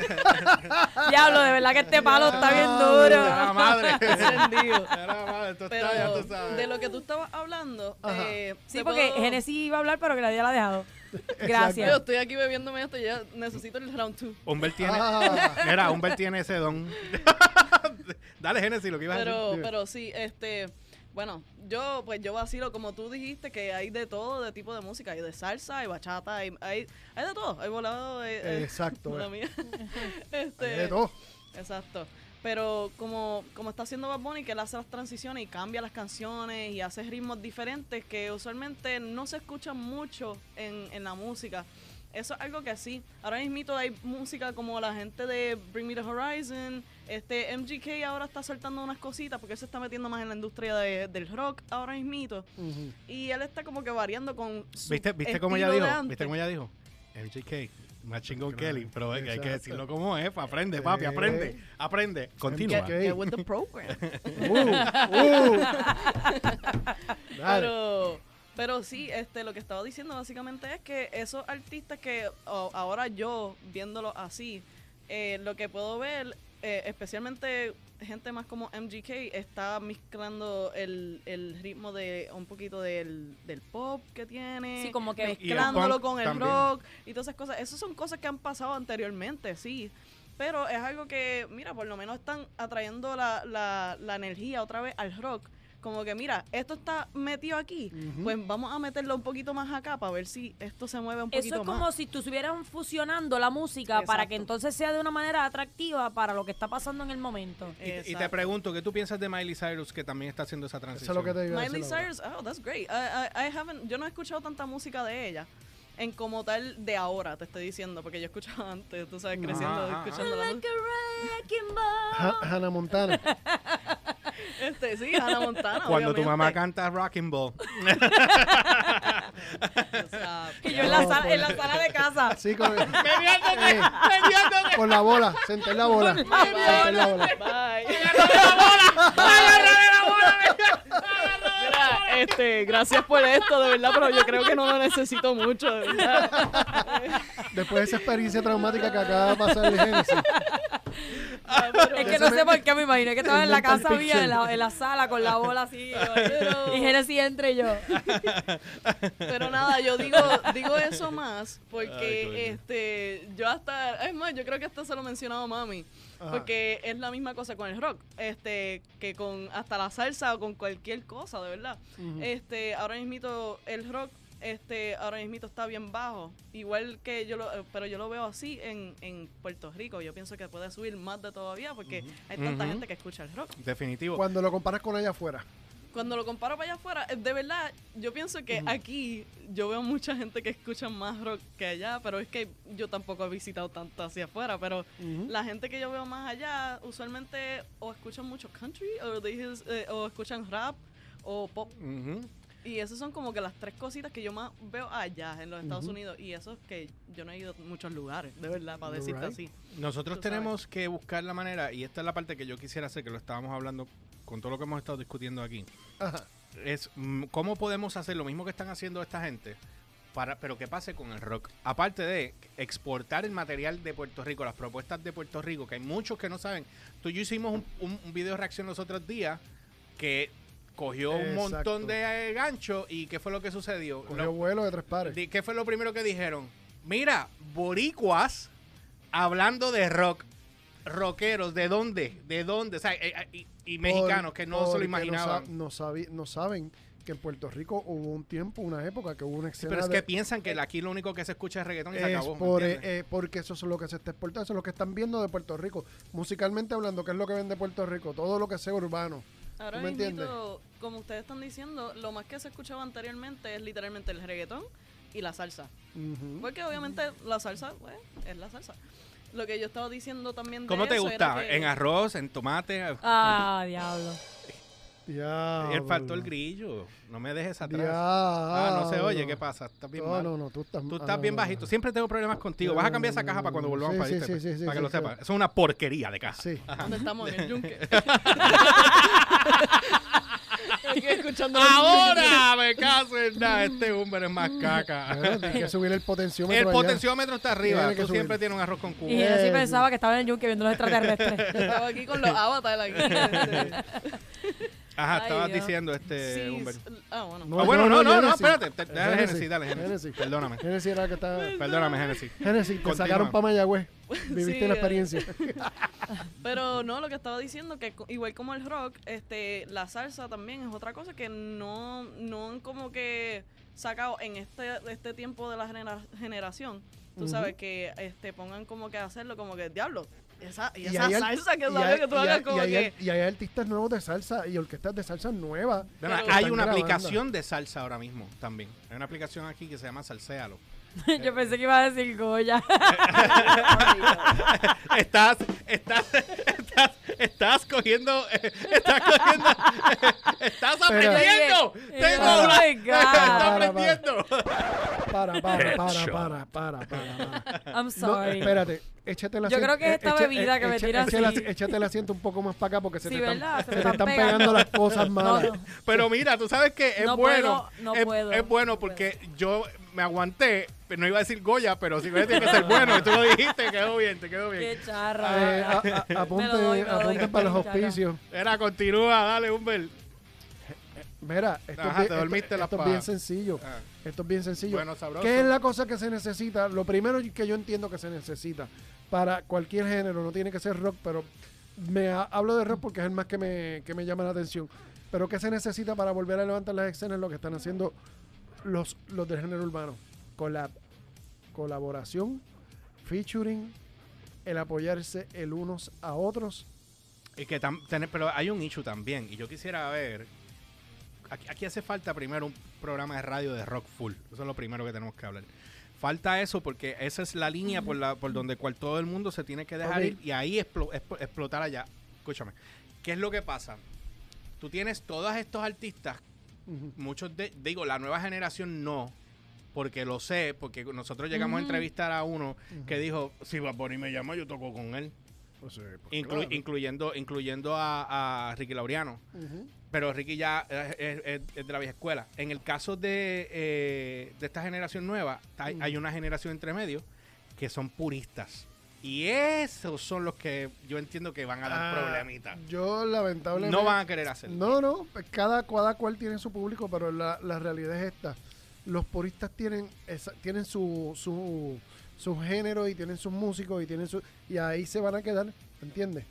C: Diablo, de verdad que este palo está bien
B: ¡A la
C: duro.
B: madre!
E: Encendido.
B: ¡A la madre! Esto está, ya
E: Pero
B: tú sabes.
E: de lo que tú estabas hablando,
D: Ajá.
E: eh,
C: Sí,
E: te
C: porque
E: puedo-
C: Genesis iba a hablar, pero que la ya la ha dejado.
E: Yo
C: Gracias.
E: estoy aquí bebiéndome esto y ya necesito el round two.
B: Humbert tiene,
D: Ah.
B: mira, Humbert tiene ese don. Dale, Genesis, lo que ibas a
E: Pero,
B: decir.
E: pero sí, este, bueno, yo pues yo vacilo, como tú dijiste, que hay de todo de tipo de música, hay de salsa, hay bachata, hay, hay, hay de todo, hay volado, hay- hay-
D: Exacto,
E: la
D: eh.
E: mía. Este,
D: de todo.
E: Exacto. Pero como, como está haciendo Bad Bunny, que él hace las transiciones y cambia las canciones y hace ritmos diferentes que usualmente no se escuchan mucho en, en la música. Eso es algo que sí. Ahora mismo hay música como la gente de Bring Me the Horizon. Este MGK ahora está soltando unas cositas porque él se está metiendo más en la industria de- del rock ahora mismito. Y él está como que variando con su
B: ¿Viste, viste cómo ella
E: estilo
B: dijo?
E: de antes.
B: ¿Viste cómo ella dijo? MGK, más chingón
D: Claro,
B: Kelly. Pero hay que
D: exacto.
B: decirlo como es. Aprende, papi,
D: Eh.
B: aprende. Aprende. Continúa.
E: Get,
D: Ok.
E: get with the program.
D: Uh, uh. Dale.
E: Pero, pero sí, este, lo que estaba diciendo básicamente es que esos artistas que o- ahora yo, viéndolo así, eh, lo que puedo ver, eh, especialmente gente más como MGK, está mezclando el, el ritmo de un poquito del, del pop que tiene.
C: Sí, como que-
B: Y el
E: mezclándolo
B: punk
E: con el
B: también.
E: rock y todas esas cosas. Esas son cosas que han pasado anteriormente, sí. Pero es algo que, mira, por lo menos están atrayendo la, la, la energía otra vez al rock. Como que, mira, esto está metido aquí, pues vamos a meterlo un poquito más acá para ver si esto se mueve un
C: Eso
E: poquito
C: es como
E: más.
C: si estuvieran fusionando la música para que
E: Exacto.
C: entonces sea de una manera atractiva para lo que está pasando en el momento.
D: Eh,
B: Y, y te
E: Exacto.
B: pregunto, ¿qué tú piensas de Miley Cyrus que también está haciendo esa
D: Eso
B: transición?
D: es lo que te iba a decir
E: Miley
D: ahora.
E: Cyrus, oh, that's great. I, I- I haven't, yo no he escuchado tanta música de ella en como tal de ahora, te estoy diciendo, porque yo escuchaba antes, tú sabes, creciendo,
B: Ajá, ajá.
E: escuchando la música.
D: Ha- Hannah Montana.
E: Este, sí, Hannah Montana,
B: Cuando tu mamá
E: obviamente.
B: canta Rockin' Ball.
E: O sea,
C: Que yo en la
D: No,
C: sala,
D: pues.
C: en la sala de casa.
D: Así con, Eh,
B: ¡Mediándote! ¡Mediándote!
D: con la bola. Senté en la bola. Senté en la bola.
E: bye.
B: ¡Agárrale la bola!
E: Mira, este, gracias por esto, de verdad, pero yo creo que no lo necesito mucho, de verdad.
D: Después de esa experiencia traumática que acaba de pasar el Génesis.
E: Ah, pero-
C: Es que
D: Ya
C: no
D: se
C: sé
D: me-
C: por qué me imaginé que estaba en la
D: Mental
C: casa mía,
D: picture.
C: en la, en la sala con la bola así.
E: Pero-
C: Y Genesis entre y yo.
E: Pero nada, yo digo, digo eso más
B: Ay, coño.
E: porque este yo hasta, es más, yo creo que hasta se lo he mencionado a mami.
D: Ajá.
E: Porque es la misma cosa con el rock, este, que con hasta la salsa o con cualquier cosa, de verdad. Este, ahora mismo el rock este ahora mismo está bien bajo. Igual que yo lo, eh, pero yo lo veo así en, en Puerto Rico. Yo pienso que puede subir más de todavía porque hay tanta
B: Ujú.
E: gente que escucha el rock.
B: Definitivo.
D: Cuando lo comparas con allá afuera.
E: Cuando lo comparo para allá afuera, eh, de verdad, yo pienso que aquí yo veo mucha gente que escucha más rock que allá, pero es que yo tampoco he visitado tanto hacia afuera, pero la gente que yo veo más allá usualmente o escuchan mucho country o, they is- eh, o escuchan rap o pop.
B: Ujú.
E: Y esas son como que las tres cositas que yo más veo allá en los Estados Unidos y eso es que yo no he ido a muchos lugares, de verdad, para decirte
D: Right.
E: así.
B: Nosotros
E: Tú
B: tenemos que buscar la manera, y esta es la parte que yo quisiera hacer, que lo estábamos hablando con todo lo que hemos estado discutiendo aquí.
D: Ajá.
B: Es mm, cómo podemos hacer lo mismo que están haciendo esta gente, para, pero que pase con el rock. Aparte de exportar el material de Puerto Rico, las propuestas de Puerto Rico, que hay muchos que no saben. Tú y yo hicimos un, un- un video de reacción los otros días que cogió un
D: Exacto.
B: montón de eh, gancho y qué fue lo que sucedió.
D: Cogió
B: Lo-
D: vuelo de tres pares.
B: Di- ¿Qué fue lo primero que dijeron? Mira, boricuas hablando de rock. Rockeros, ¿de dónde? ¿De dónde? O sea, eh, eh, y, y mexicanos
D: Por-
B: que no se lo
D: porque
B: imaginaban.
D: sa- No, sabi- no saben que en Puerto Rico hubo un tiempo, una época que hubo una escena
B: Pero es que
D: de-
B: piensan que aquí lo único que se escucha es reggaetón y se
D: es
B: acabó. ¿me
D: por-
B: entiendes?
D: eh, porque eso es lo que se está exportando, eso es lo que están viendo de Puerto Rico. Musicalmente hablando, ¿qué es lo que vende Puerto Rico? Todo lo que sea urbano.
E: Ahora
D: ¿Tú me
E: mismo, como ustedes están diciendo, lo más que se escuchaba anteriormente es literalmente el reggaetón y la salsa.
D: Ujú.
E: Porque obviamente la salsa, pues, es la salsa. Lo que yo estaba diciendo
D: e-
E: también de
B: ¿Cómo te
E: eso
B: gusta?
E: era que-
B: ¿En arroz? ¿En tomate?
C: Ah, diablo.
D: Ya,
B: Él faltó el
D: boludo.
B: grillo. No me dejes atrás.
D: Ya,
B: ah, no se oye.
D: boludo.
B: ¿Qué pasa? Estás bien
D: no,
B: mal.
D: no, no, tú estás,
B: Tú
D: ah,
B: estás
D: no,
B: bien
D: no,
B: bajito.
D: no.
B: Siempre tengo problemas contigo.
D: No,
B: Vas a
D: no,
B: cambiar esa
D: no,
B: caja para cuando
D: no,
B: volvamos
D: sí,
B: para
D: sí,
B: irte, pues,
D: sí, sí, sí,
B: Para que
D: sí,
B: lo
D: sí.
B: sepas. Es una porquería de caja.
D: Sí.
E: ¿Dónde estamos? En el yunque. Aquí escuchando
B: Ahora me caso en nada. Este Humber es más
D: Bueno,
B: caca.
D: tienes que subir el potenciómetro.
B: El
D: allá.
B: potenciómetro está arriba.
D: Tiene que
B: Tú
D: subir.
B: siempre tienes un arroz con
C: Y
B: cubo.
C: yo sí
D: Eh,
C: pensaba que estaba en el yunque viendo los extraterrestres.
E: Estaba aquí con los avatars. Aquí.
D: Eh,
B: Ajá,
C: Ay,
B: estabas
C: Dios.
B: diciendo este
E: Sí,
B: Humber.
E: s- ah, bueno.
D: No,
B: Ah, bueno, no, no,
D: no,
B: no,
D: Genesis.
B: espérate. Te- Dale
D: Genesis,
B: Genesis, dale Genesis.
D: Genesis.
B: Perdóname.
D: Genesis era la que estaba.
B: Perdóname, Genesis.
D: Genesis, te
B: Continúa.
D: sacaron para Mayagüez. Viviste
E: Sí,
D: la
E: eh.
D: experiencia.
E: Pero no, lo que estaba diciendo, que co- igual como el rock, este, la salsa también es otra cosa que no, no han como que sacado en este, este tiempo de la genera- generación. Tú sabes que este, pongan como que a hacerlo como que, diablo, esa, y esa
D: hay al-
E: salsa que
D: y
E: sabes
D: hay-
E: que tú
D: y
E: hagas
D: hay-
E: como
D: y hay
E: que...
D: al- y hay artistas nuevos de salsa y orquestas de salsa nuevas.
B: Bueno,
E: Pero-
B: hay una
D: Están
B: aplicación de salsa ahora mismo también. Hay una aplicación aquí que se llama Salsealo.
C: yo pensé que iba a decir Goya.
B: Estás, estás, estás, estás cogiendo, eh, estás cogiendo, estás aprendiendo.
C: Oye,
B: Tengo
C: oh
B: una,
C: my
B: estás
C: God.
B: aprendiendo.
D: Para, para, para, para, para, para, para.
C: I'm
D: No,
C: sorry.
D: espérate, échate la
C: Yo creo que es esta bebida que me tira así.
D: Échate el asiento un poco más para acá porque se
C: Sí,
D: te están,
C: ¿verdad? Se me
D: se te
C: están
D: están pegando
C: pegando.
D: las cosas malas.
C: No, no.
B: Pero mira, tú sabes que es
C: No
B: bueno.
C: puedo, no
B: es,
C: puedo.
B: es bueno porque yo me aguanté, pero no iba a decir Goya, pero si Goya tiene que ser bueno, y tú lo dijiste, quedó bien, te quedó bien.
C: Qué charra.
D: Eh, a- a- apunte
C: Me lo doy, me lo doy,
D: apunte para los
C: muchacha.
D: auspicios.
B: Era, continúa, dale, Humbert.
D: Mira, esto,
B: Ajá,
D: es, bien-
B: te dormiste
D: esto-
B: la
D: esto es
B: paja.
D: bien sencillo.
B: Ah.
D: Esto es bien sencillo.
B: Bueno, sabroso.
D: ¿Qué es la cosa que se necesita? Lo primero que yo entiendo que se necesita para cualquier género, no tiene que ser rock, pero me ha- hablo de rock porque es el más que me, que me llama la atención. Pero ¿qué se necesita para volver a levantar las escenas? Lo que están haciendo los, los del género urbano. Colab, colaboración, featuring, el apoyarse el unos a otros.
B: Y que tam- tener- pero hay un issue también, y yo quisiera ver. Aquí, aquí hace falta primero un programa de radio de rock full. Eso es lo primero que tenemos que hablar. Falta eso porque esa es la línea por la por donde cual todo el mundo se tiene que dejar
D: Ok.
B: ir y ahí explo- explo- explotar allá. Escúchame. ¿Qué es lo que pasa? Tú tienes todos estos artistas
D: Ujú.
B: muchos de, digo, la nueva generación no, porque lo sé, porque nosotros llegamos a entrevistar a uno que dijo, si Bad Bunny me llama, yo toco con él. Inclu-
D: claro.
B: Incluyendo, incluyendo a, a Ricky Laureano.
D: Ujú.
B: Pero Ricky ya eh, es, es- es de la vieja escuela. En el caso de, eh, de esta generación nueva, hay,
D: Mm.
B: hay una generación entre medio que son puristas. Y esos son los que yo entiendo que van a dar
D: Ah,
B: problemitas.
D: Yo lamentablemente...
B: No van a querer hacerlo.
D: No, no, cada, cada cual tiene su público, pero la, la realidad es esta. Los puristas tienen esa- tienen su, su, su género y tienen sus músicos y tienen su y ahí se van a quedar, ¿entiendes?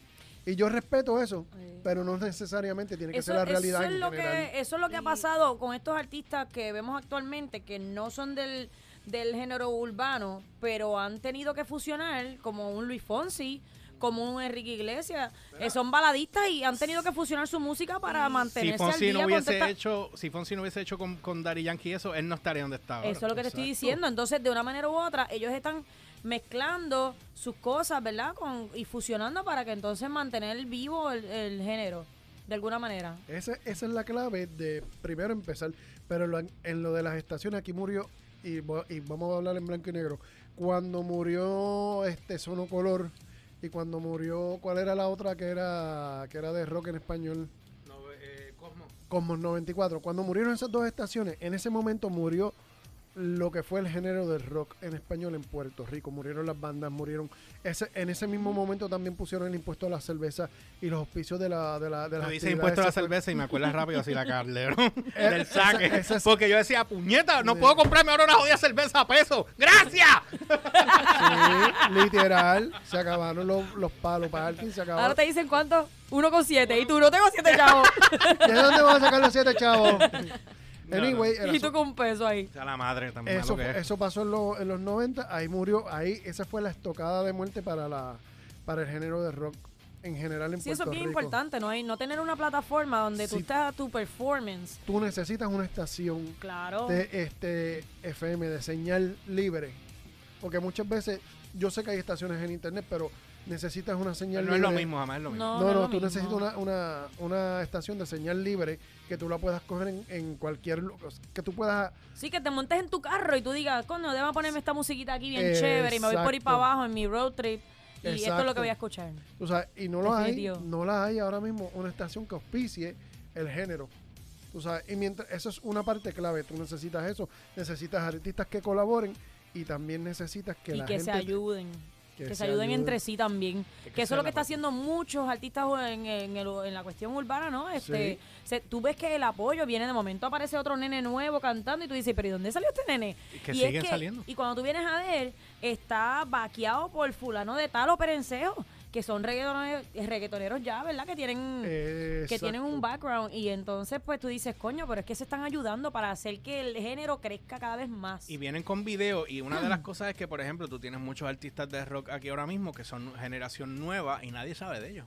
D: Y yo respeto eso,
C: Sí.
D: pero no necesariamente tiene que
C: Eso,
D: ser la
C: eso
D: realidad
C: es
D: en
C: lo
D: general.
C: que, eso es lo que ha pasado con estos artistas que vemos actualmente que no son del, del género urbano, pero han tenido que fusionar como un Luis Fonsi, como un Enrique Iglesias. Eh, son baladistas y han tenido que fusionar su música para
B: Si
C: mantenerse al
B: Fonsi
C: día.
B: no
C: con
B: hubiese
C: esta-
B: hecho, si Fonsi no hubiese hecho con, con Daddy Yankee eso, él no estaría donde está ahora.
C: Eso es lo que te estoy diciendo. Entonces, de una manera u otra, ellos están mezclando sus cosas, ¿verdad? Con, y fusionando para que entonces mantener vivo el, el género, de alguna manera.
D: Esa, esa es la clave de primero empezar. Pero lo- en lo de las estaciones, aquí murió, y, vo- y vamos a hablar en blanco y negro. Cuando murió este Sono Color y cuando murió, ¿cuál era la otra que era, que era de rock en español? Cosmos 94. Cuando murieron esas dos estaciones, en ese momento murió lo que fue el género del rock en español en Puerto Rico. Murieron las bandas, murieron. Ese, en ese mismo momento también pusieron el impuesto a la cerveza y los auspicios de la de la de las
B: Me dice
D: actividades
B: impuesto a la
D: sexuales.
B: cerveza y me acuerdas rápido así la Calderón del
D: esa-
B: saque.
D: esa es-
B: Porque yo decía, puñeta, no puedo comprarme ahora una jodida cerveza a peso. ¡Gracias!
D: Sí, literal, se acabaron los, los palos para alguien, se
C: Ahora
D: acabaron.
C: te dicen cuánto? 1,7. Y tú no tengo 7 chavos.
D: ¿De dónde vas a sacar los siete chavos?
B: No,
D: Anyway, el
C: y tú
D: asu-
C: con un peso ahí.
B: O sea, la madre también.
D: eso, fue- eso pasó en, lo- en los 90, ahí murió, ahí esa fue la estocada de muerte para la para el género de rock en general en
C: Sí,
D: Puerto
C: eso es bien
D: Rico.
C: importante, ¿no? hay No tener una plataforma donde tú
D: Sí.
C: estás a tu performance.
D: Tú necesitas una estación
C: Claro.
D: de este FM de señal libre, porque muchas veces yo sé que hay estaciones en internet, pero necesitas una señal
B: No es
D: libre.
B: lo mismo, jamás es lo mismo.
C: No,
D: No,
C: es
D: no,
C: lo
D: tú
C: mismo.
D: necesitas una, una, una estación de señal libre que tú la puedas coger en, en cualquier lu- que tú puedas
C: Sí, que te montes en tu carro y tú digas, coño, déjame ponerme esta musiquita aquí bien chévere y me voy por ahí
D: Exacto.
C: para abajo en mi road trip. Y esto es lo
D: Exacto.
C: que voy a escuchar.
D: o sea, y no lo hay,
C: Definitivo.
D: no la hay ahora mismo una estación que auspicie el género. Tú sabes, y mientras eso es una parte clave, tú necesitas eso, necesitas artistas que colaboren y también necesitas que
C: y
D: la
C: que se
D: gente
C: ayuden. Que, se ayuden entre sí también. Que, eso es lo que está haciendo muchos artistas en, en el- en la cuestión urbana, ¿no? Este,
D: Sí.
C: se- tú ves que el apoyo viene de momento, aparece otro nene nuevo cantando y tú dices, pero ¿y dónde salió este nene?
B: que
C: y
B: siguen saliendo.
C: Y cuando tú vienes a ver, está vaqueado por fulano de tal o perencejo, que son reggaetoneros, reggaetoneros ya, ¿verdad? Que tienen... que tienen un
D: Exacto.
C: background y entonces pues tú dices, coño, pero es que se están ayudando para hacer que el género crezca cada vez más.
B: Y vienen con video y una de
C: Mm.
B: las cosas es que, por ejemplo, tú tienes muchos artistas de rock aquí ahora mismo que son generación nueva y nadie sabe de ellos.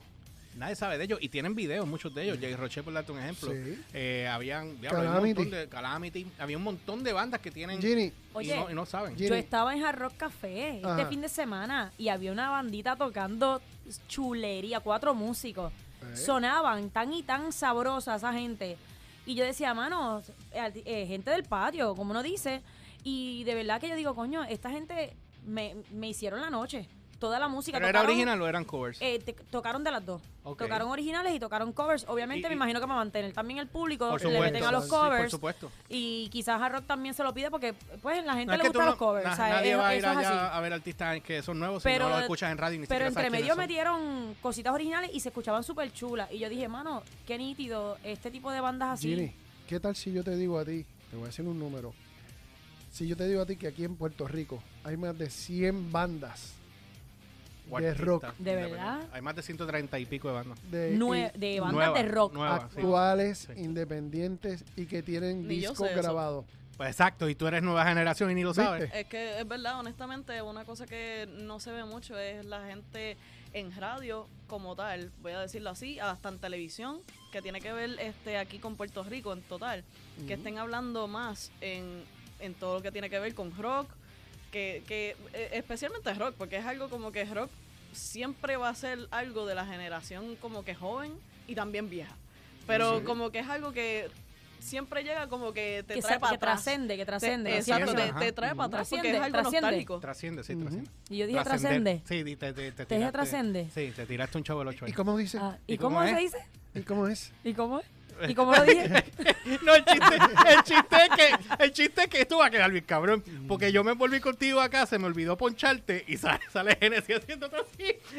B: Nadie sabe de ellos y tienen videos, muchos de ellos. Jay Roche, por darte un ejemplo.
D: Mm. Sí.
B: Eh, habían, diablo, había
D: Calamity.
B: Un montón de, Calamity. Había un montón de bandas que tienen
D: Ginny,
B: y,
C: Oye,
B: no, y no saben.
D: Gini.
C: Yo estaba en Hard Rock Café este
D: Ajá.
C: fin de semana y había una bandita tocando chulería, cuatro músicos.
D: Eh.
C: Sonaban tan y tan sabrosa esa gente. Y yo decía, mano, eh, eh, gente del patio, como uno dice. Y de verdad que yo digo, coño, esta gente me, me hicieron la noche. Toda la música.
B: Pero era
C: tocaron-
B: original o eran covers.
C: eh, te- tocaron de las dos.
B: Ok.
C: Tocaron originales y tocaron covers. Obviamente,
B: Y-
C: me
B: y-
C: imagino que para mantener también el público
B: Por
C: le meten
B: supuesto.
C: a los
B: Sí, por
C: covers.
B: supuesto.
C: y quizás a Rock también se lo pide porque pues la gente
B: No es
C: le
B: que tú
C: gustan
B: no-
C: los covers.
B: na-
C: o sea,
B: nadie
C: es-
B: va a ir
C: eso es
B: allá
C: así.
B: a ver artistas que son nuevos si
C: Pero,
B: no lo escuchas en radio y ni
C: pero
B: siquiera sabes
C: entre medio
B: quiénes son.
C: metieron cositas originales y se escuchaban súper chulas. Y yo dije, mano, qué nítido este tipo de bandas así.
D: Gini, ¿qué tal si yo te digo a ti, te voy a decir un número, si yo te digo a ti que aquí en Puerto Rico hay más de 100 bandas
B: O
D: de
B: artistas
D: rock,
C: ¿De
B: independientes.
C: verdad?
B: Hay más de 130 y pico de bandas.
D: de,
C: Nue-
D: y-
C: de bandas
B: Nueva,
C: de rock.
B: nueva, sí.
D: actuales,
B: Sí.
D: independientes y que tienen
E: Ni yo
D: discos
E: sé eso.
D: grabados.
B: Pues exacto, y tú eres nueva generación y ni lo
D: ¿Viste?
B: sabes.
E: Es que es verdad, honestamente, una cosa que no se ve mucho es la gente en radio como tal, voy a decirlo así, hasta en televisión, que tiene que ver este aquí con Puerto Rico en total, que estén hablando más en, en todo lo que tiene que ver con rock, que, que eh, especialmente rock, porque es algo como que rock siempre va a ser algo de la generación como que joven y también vieja. Pero como que es algo que siempre llega como que te
C: que,
E: trae
C: sa-
E: para
C: que
E: atrás.
C: trascende, que
E: Te-
C: trascende.
E: exacto,
B: Trasciende,
E: te,
B: ajá.
E: te trae para atrás porque es
C: Trasciende,
E: algo
C: trasciende.
E: nostálgico.
B: Trasciende, sí,
D: Ujú.
B: trasciende.
C: Y yo dije,
B: Trascender.
C: trascende.
B: Sí, y te, te, te,
C: ¿Te dije
B: tiraste-
C: trascende?
B: Sí, te tiraste un chavo del 8
D: ¿Y cómo dice?
C: Ah, ¿Y,
B: ¿Y
C: cómo,
B: cómo es?
C: se dice?
D: ¿Y cómo es?
C: ¿Y cómo es? ¿Y cómo lo dije?
B: No, el chiste, el chiste es que, el chiste es que esto va a quedar bien cabrón. Porque yo me volví contigo acá, se me olvidó poncharte y sale, sale Genesis haciendo todo así. y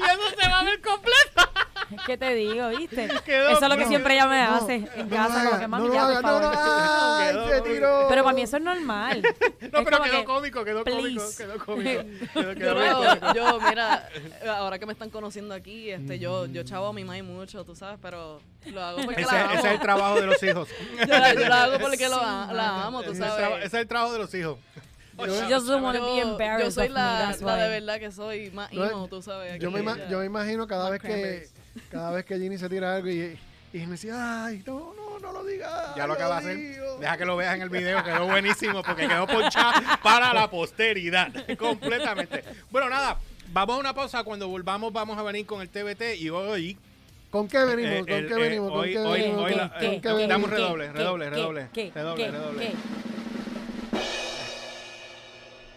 B: eso se va a ver completo.
C: ¿Qué te digo, viste?
B: Quedó-
C: eso es lo que
B: no,
C: siempre ella me
D: no,
C: hace en
D: no
C: casa,
D: lo
C: como
D: haga,
C: que
D: no
C: mami,
D: lo
C: ya, por
D: haga,
C: favor.
D: no, no, ay,
B: Quedó
D: se
B: muy-
D: tiró.
C: Pero para mí eso es normal.
B: No,
C: Es
B: pero
C: como
B: quedó
C: que,
B: cómico, quedó cómico,
C: please.
B: quedó cómico. Quedó,
E: Yo,
B: quedó cómico.
E: yo, yo, mira, ahora que me están conociendo aquí, este, yo, yo chavo a mi mami mucho, tú sabes, pero lo hago porque
B: Ese,
E: la amo.
B: ese es el trabajo de los hijos. Ese
E: Yo la, yo la hago porque lo, a- la amo, tú
B: es el traba- ese
E: sabes.
B: es el trabajo de los hijos.
C: She just don't wanna be embarrassed
E: yo soy
C: of me,
E: la,
C: that's
E: la de
C: why.
E: verdad que soy más
D: No,
E: emo, tú sabes.
D: Yo me,
E: aquí,
D: ima-
E: ya.
D: yo me imagino cada
E: Más
D: vez que
E: cranberries.
D: cada vez que Ginny se tira algo y, y me dice, ay, no, no, no lo digas.
B: Ya lo
D: acaba
B: acabas de hacer. Deja que lo veas en el video, quedó buenísimo porque quedó ponchada para la posteridad. Completamente. Bueno, nada, vamos a una pausa. Cuando volvamos, vamos a venir con el TBT y hoy.
D: ¿Con qué venimos?
B: eh,
D: ¿Con
B: el-
D: qué
B: eh,
D: venimos? ¿Con
B: hoy-
D: qué
B: hoy-
D: venimos?
B: hoy
D: ¿Con-
B: la-
D: con
B: eh,
D: qué
B: ok,
D: venimos?
B: damos redoble, redoble,
C: ¿Qué,
B: redoble,
C: qué,
B: redoble,
C: qué,
B: redoble.
C: qué?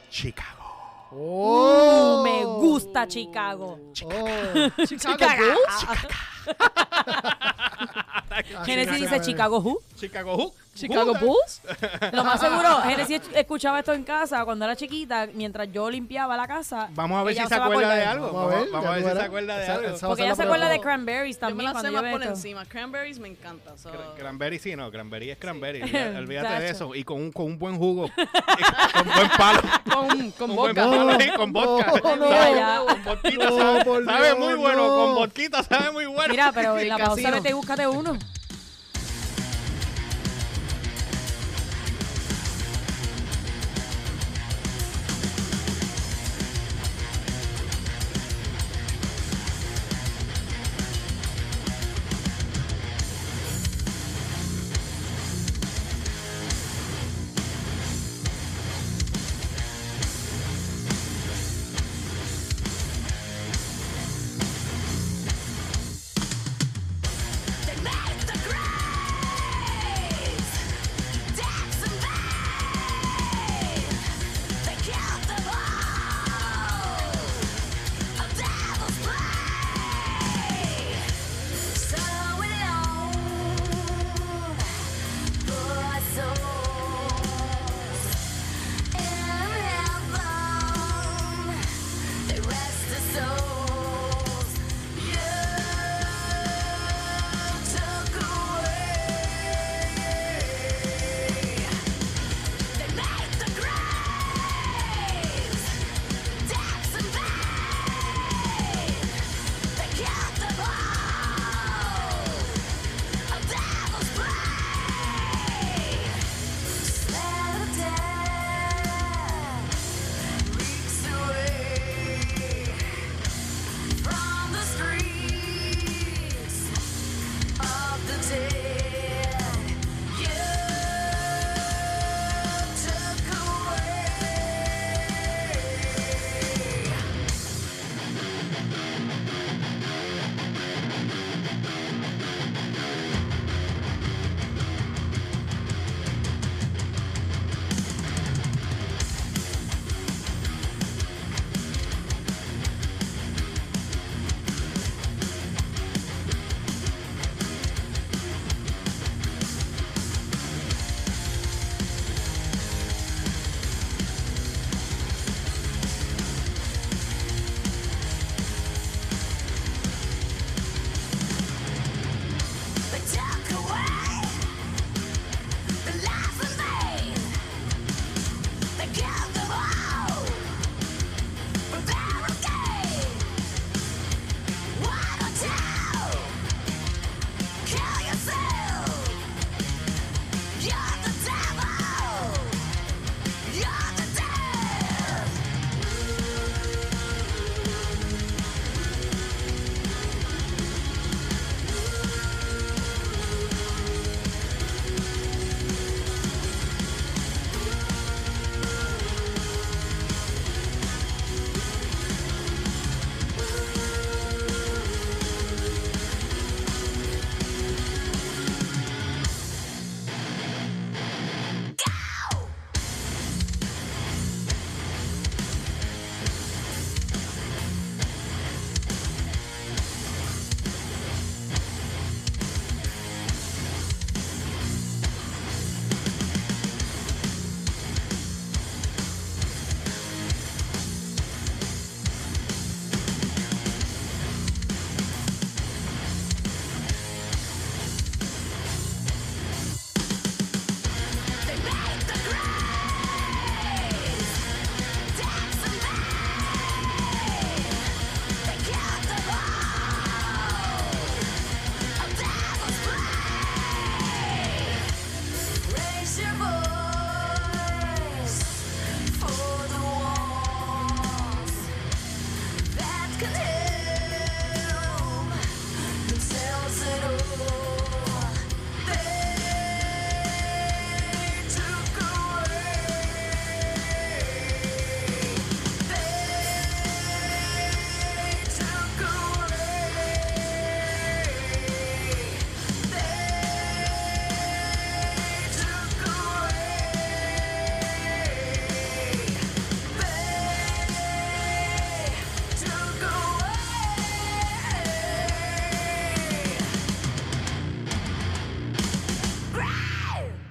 B: Chicago.
D: ¡Oh!
C: Uh, me gusta Chicago.
D: Oh.
C: Chicago. Ah, Genesis dice Chicago Who.
B: Chicago Hook. Eh.
E: Chicago Bulls.
C: Lo más seguro, Genesis escuchaba esto en casa cuando era chiquita, mientras yo limpiaba la casa.
B: Vamos a ver
C: ella
B: si
C: no
B: se
C: va
B: acuerda de
C: acordar.
B: algo.
D: Vamos a ver,
B: Vamos a
D: ya
B: ver
D: tú
B: si se
D: verás.
B: acuerda de
D: Esa-
B: algo.
D: esa-
C: Porque ella
D: la
C: se acuerda de
D: prueba.
C: Cranberries
E: Yo me
C: también
E: la sé
C: cuando yo
E: más
C: veo
E: por
C: esto.
E: encima. Cranberries me encanta. so-
D: Oh.
B: Cran- Cranberry sí, no, cranberry es cranberry, olvídate- olvídate de
C: Tacho.
B: eso. Y con un, con un buen jugo, con buen palo,
E: Con, con
B: con buen
E: vodka.
B: palo, sí, con vodka.
D: No, no.
B: ¿sabes?
C: Ya.
B: Con vodquita
D: No,
B: sabe,
D: por
B: sabe
D: Dios,
B: muy bueno,
D: no.
B: con vodquita sabe muy bueno.
C: Mira, pero en
B: Sí,
C: la pausa
B: casino.
C: vete y búscate uno.
G: They make the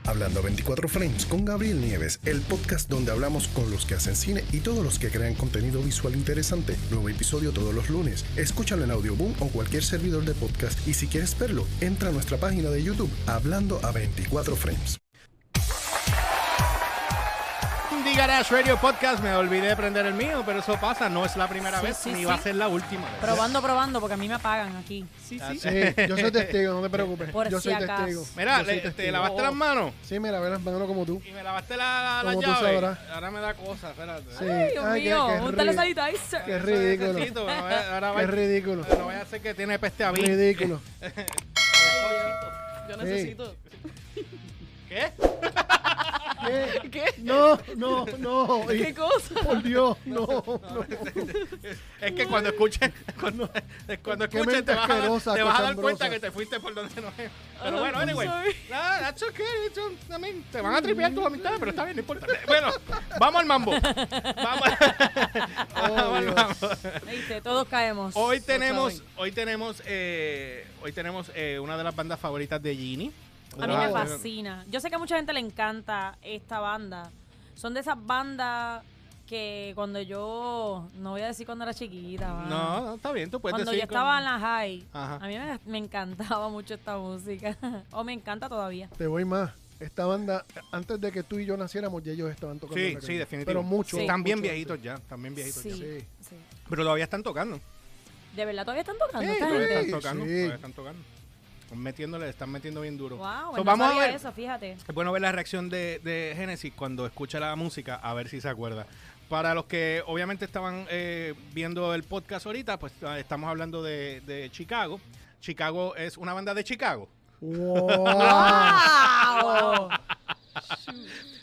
F: Hablando a 24 Frames con Gabriel Nieves, el podcast donde hablamos con los que hacen cine y todos los que crean contenido visual interesante. Nuevo episodio todos los lunes. Escúchalo en Audioboom o cualquier servidor de podcast y si quieres verlo, entra a nuestra página de YouTube Hablando a 24 Frames.
B: Indie Garage Radio Podcast, me olvidé de prender el mío, pero eso pasa, no es la primera
C: Sí,
B: vez
C: sí,
B: ni
C: sí.
B: va a ser la última vez.
C: Probando, probando, porque a mí me apagan aquí.
E: Sí, sí.
D: Sí, yo soy testigo, no te preocupes.
C: Por
D: yo
C: si
D: soy
C: acaso.
D: testigo.
B: Mira,
D: Yo soy
B: le- te
D: testigo.
B: lavaste las manos
D: Sí, me lavé las manos como tú.
B: y me lavaste la, la, la
D: Como tú
B: llave.
D: sabrás.
B: Ahora me da cosa, espérate.
D: Sí.
C: Ay, Dios
D: Ay, qué-
C: mío,
D: qué
C: un
D: ri-
C: telecitaízer.
D: qué
B: Eso
D: ridículo.
B: necesito, no vaya- Ahora
D: Qué
B: vaya-
D: ridículo.
B: No vaya a ser que tiene peste a mí.
D: Ridículo.
E: Yo
D: Sí.
E: necesito.
B: ¿Qué?
D: ¿Qué? No, no, no.
E: ¿Qué cosa?
D: Por Dios, no, no.
B: Es que cuando escuchen, cuando, cuando
D: Qué
B: escuchen te vas a
D: asquerosa,
B: dar, te vas a dar
D: cochambrosa.
B: cuenta que te fuiste por donde no es. Pero
E: Ah,
B: bueno,
E: I'm
B: anyway.
E: sorry.
B: No, that's okay. it's on- I mean, te van a tripear tus amistades, pero está bien, no importa. Bueno, vamos al mambo. Vamos, vamos al
D: Oh, Dios.
B: mambo.
C: Viste, todos caemos.
B: Hoy tenemos, hoy tenemos, eh, hoy tenemos eh, una de las bandas favoritas de Ginny.
C: A mí me
D: Wow.
C: fascina. Yo sé que a mucha gente le encanta esta banda. Son de esas bandas que cuando yo, no voy a decir cuando era chiquita, va.
B: No, no, está bien, tú puedes
C: cuando yo
B: decir.
C: estaba en la high,
B: Ajá.
C: a mí me, me encantaba mucho esta música. o me encanta todavía.
D: Te voy más. Esta banda, antes de que tú y yo naciéramos, ya ellos estaban tocando.
B: Sí,
D: la
B: sí,
D: canción.
B: definitivo.
D: Pero mucho.
C: Sí.
B: Están bien
D: mucho.
B: viejitos ya, están bien viejitos
C: Sí,
B: ya.
D: Sí.
C: sí.
B: Pero todavía están tocando.
C: ¿De verdad todavía están tocando
B: Sí,
C: esta
B: todavía
C: gente?
B: están tocando,
D: sí.
B: todavía están tocando. Están metiéndole, están metiendo bien duro.
C: Wow,
B: So,
C: él no
B: vamos a
C: sabía
B: ver.
C: eso, fíjate.
B: Es bueno ver la reacción de, de Genesis cuando escucha la música, a ver si se acuerda. Para los que obviamente estaban eh, viendo el podcast ahorita, pues ah, estamos hablando de, de Chicago. Chicago es una banda de Chicago.
D: Wow.
C: ¡Wow!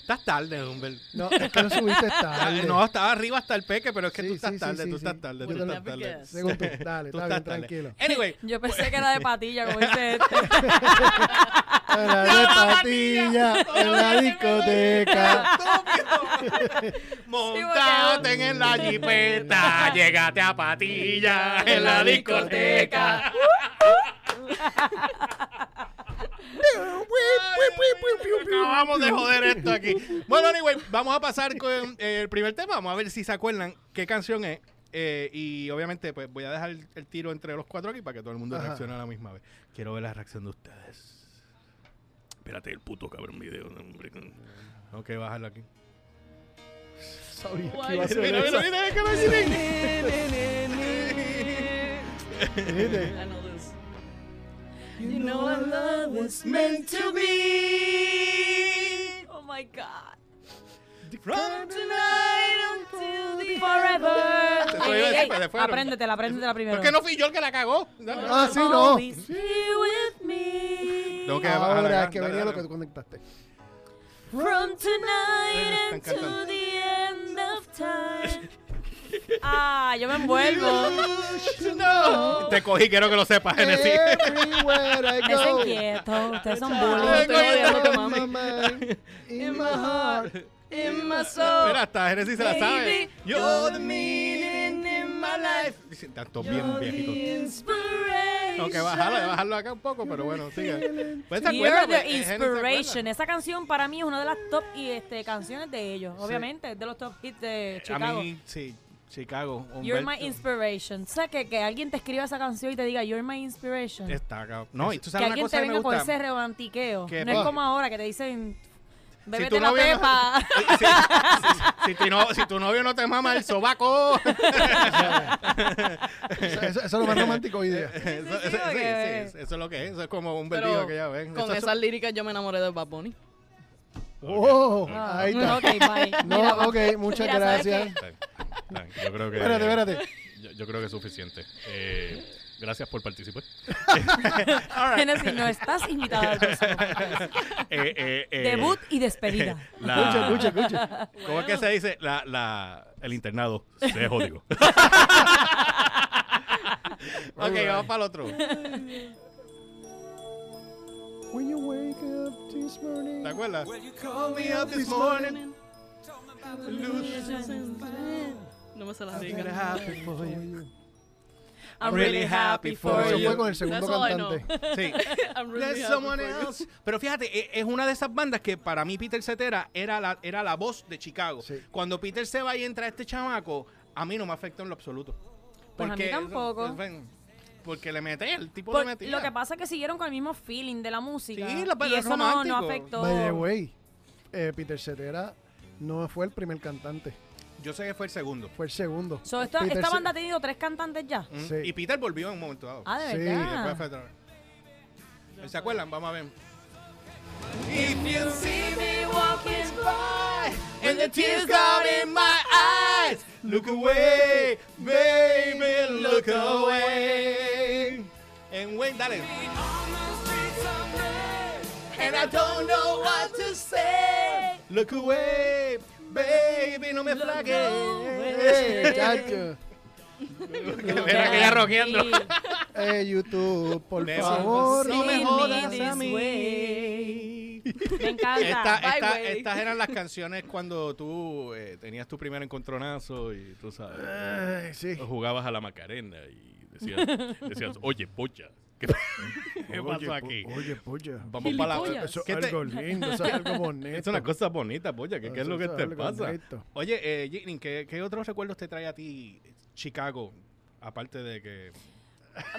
B: Estás tarde, Humbert.
D: No, es que lo subiste tarde.
B: No, estaba arriba hasta el peque, pero es que
D: Sí,
B: tú estás
D: sí, sí,
B: tarde,
D: sí,
B: tú
D: sí.
B: estás tarde,
D: Yo
B: tú
D: te lo-
B: estás tarde.
D: Según tú, dale,
B: Tú estás
D: está bien,
B: tarde.
D: tranquilo.
B: Anyway,
C: Yo pensé que era de patilla, como dice este.
D: Era de patilla en la discoteca.
B: Montate en la jipeta, llegate a patilla en la discoteca. Acabamos de joder esto aquí. Bueno, anyway, vamos a pasar con eh, el primer tema. Vamos a ver si se acuerdan qué canción es. Eh, y obviamente, pues voy a dejar el, el tiro entre los cuatro aquí para que todo el mundo
D: Ajá.
B: reaccione a la misma vez. Quiero ver la reacción de ustedes. Espérate, el puto cabrón video. hombre. Ok, bájalo aquí.
D: Sabía que iba
E: Mira,
D: a
B: Mira,
D: ser
B: mira,
D: eso.
B: mira, mira, que lo hicieron.
D: ¿Viste?
E: I know this. You know I love this.
B: meant to be.
C: Oh my God.
B: From tonight
C: Forever.
B: Te fue,
C: Ey, ey,
B: te
C: ey,
B: fueron.
C: Apréndetela, apréndetela primero.
B: ¿Por qué no fui yo el que la cagó? Dale.
D: Ah, sí, no.
C: Always be with me.
B: Tengo que bajar
D: Ahora
B: acá.
D: es que
B: Dale,
D: venía lo
B: dale.
D: que tú conectaste.
C: From tonight and
B: Están cantando.
C: to the end of time. Ah, yo me envuelvo.
B: Te cogí, quiero que lo sepas, Genesis.
D: Eh. Everywhere I
C: Ustedes son
D: go.
C: inquietos, ustedes son
E: Te
C: bullies.
E: estoy odiándote, mami.
D: mami. In my heart.
E: In my soul.
B: Mira, hasta Genesis se la sabe.
E: Baby,
B: You're the meaning in my life. Dicen, Tanto bien viejito. Tengo que bajarlo, bajarlo acá un poco, pero bueno, sigue. Pues, ¿te
C: You're
B: acuerdas,
C: the
B: pues, Genesis, ¿te acuerdas?
C: inspiration. Esa canción para mí es una de las top y, este, canciones de ellos, obviamente, es de los top hits de Chicago.
B: A mí, sí, Chicago.
C: You're my
B: Humberto.
C: inspiration. O sea, que, que alguien te escriba esa canción y te diga, You're my inspiration.
B: Está, cabrón. No, y tú
C: que
B: sabes una
C: alguien
B: cosa
C: te
B: que me
C: venga con
B: gusta.
C: ese romantiqueo.
B: Que-
C: No es
B: Ah.
C: como ahora que te dicen, Bébete
B: tú
C: la
B: no vienes-
C: pepa.
B: si, si- si tu no- si tu novio no te mama el sobaco.
D: Eso, eso- eso es lo más romántico hoy día.
B: Eso, eso-
C: porque-
B: sí, sí, eso es lo que es. Eso es como un vertido
E: Pero
B: que ya ven.
E: con
B: Eso es-
E: esas líricas yo me enamoré de Bad Bunny.
D: Oh,
C: Ah,
D: ahí está.
C: Ok, bye.
D: No,
C: Mira,
D: ok, muchas
C: Mira, ¿sabes
D: gracias.
G: Está bien, está bien. Yo creo que.
D: Espérate, espérate.
G: Yo, yo creo que es suficiente. Eh, gracias por participar.
C: Genesis, no estás invitada al próximo.
G: Eh, eh, eh,
C: Debut y despedida.
G: la-
D: Escucha, escucha, escucha.
G: ¿Cómo es que se dice? La, la, el internado se jodió.
B: Ok, vamos para el otro.
D: When you wake up this morning.
B: ¿Te acuerdas?
E: No me sé las líricas.
D: for you.
C: I'm really happy for
D: Eso fue
C: you.
D: con el segundo
E: That's all I
D: cantante.
B: Sí.
E: I'm really
B: There's
E: happy
B: someone
E: for you.
B: else. Pero fíjate, e- es una de esas bandas que para mí Peter Cetera era la, era la voz de Chicago.
D: Sí.
B: Cuando Peter se va y entra este chamaco, a mí no me afecta en lo absoluto.
C: Pues a mí tampoco.
B: ven, Porque le mete, el tipo
C: Por-
B: le metía.
C: lo que pasa es que siguieron con el mismo feeling de la música.
B: Sí, la-
C: y
B: pero es
C: eso no, no
B: romántico.
C: afectó.
D: By the way, eh, Peter Cetera no fue el primer cantante,
B: Yo sé que fue el segundo.
D: fue el segundo.
C: So, esta,
D: Peter
C: esta
D: Ce-
C: banda ha tenido tres cantantes ya.
B: ¿Mm?
D: Sí.
B: Y Peter volvió en un momento dado.
C: Ah, de
D: Sí,
B: Y después fue
C: verdad.
B: otra vez. Eh, ¿Se acuerdan? Vamos a ver. If you see me walking by and the tears got in my eyes, look away, baby, look away. And when dale. And I don't know what to say. Look away, baby, no me
C: Look
B: flaques.
C: away.
D: Eh, chacho.
B: Era que ya roqueando.
C: Sí.
D: Eh, YouTube, por
B: Me-
D: favor.
B: No me
C: See me
B: jodas a
C: this
B: mí.
C: Me
B: Esta-
C: encanta.
E: Bye,
B: esta-
E: güey.
B: estas eran las canciones cuando tú eh, tenías tu primer encontronazo y tú sabes,
D: Ay, sí.
G: Jugabas a la Macarena y decías, decías oye, pocha, ¿qué, qué pasó aquí?
D: po- Oye, polla.
G: Vamos para la...
C: Gilipollas.
D: Eso
B: ¿Qué
D: es
B: te-
D: algo lindo, eso es algo bonito.
G: Es una cosa bonita, polla, ¿qué, qué es lo que
D: Eso
G: te
D: algo
G: pasa?
D: bonito.
B: Oye, eh, Jitlin, ¿qué, qué otros recuerdos te trae a ti Chicago? Aparte de que...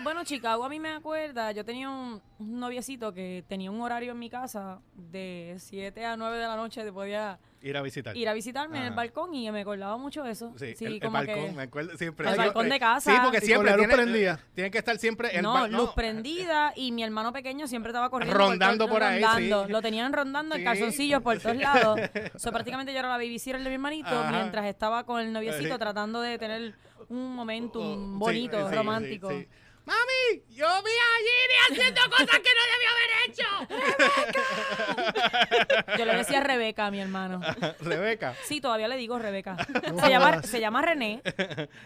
C: Bueno, Chicago a mí me acuerda, yo tenía un, un noviecito que tenía un horario en mi casa de 7 a 9 de la noche, te podía
B: Ir a visitar.
C: ir a visitarme en el
B: Ajá.
C: balcón y me acordaba mucho de eso.
B: Ah. Sí, el, el
C: como que-
B: balcón, me acuerdo siempre.
C: El
B: Sí,
C: balcón
B: eh,
C: de casa.
B: Sí, porque
D: con
B: siempre
D: la luz
B: tiene-
D: prendida.
B: tienen que estar siempre... El
C: no,
B: ba- eh,
C: luz prendida y mi hermano pequeño siempre estaba corriendo.
B: Rondando por ahí,
C: rondando.
B: sí.
C: Lo tenían rondando
B: Sí.
C: en calzoncillos por todos lados. O sea, prácticamente yo era la babysitter de mi hermanito
B: Ajá.
C: mientras estaba con el noviecito
B: Sí.
C: tratando de tener un momentum
B: Oh,
C: bonito,
B: sí, sí, sí,
C: romántico.
B: sí. Mami, yo vi a Jimmy haciendo cosas que no debió haber
C: Yo le decía Rebeca a mi hermano.
B: hecho. Rebeca.
C: Sí, todavía le digo Rebeca.
D: No
C: Se llama,
D: jodas.
C: se llama René,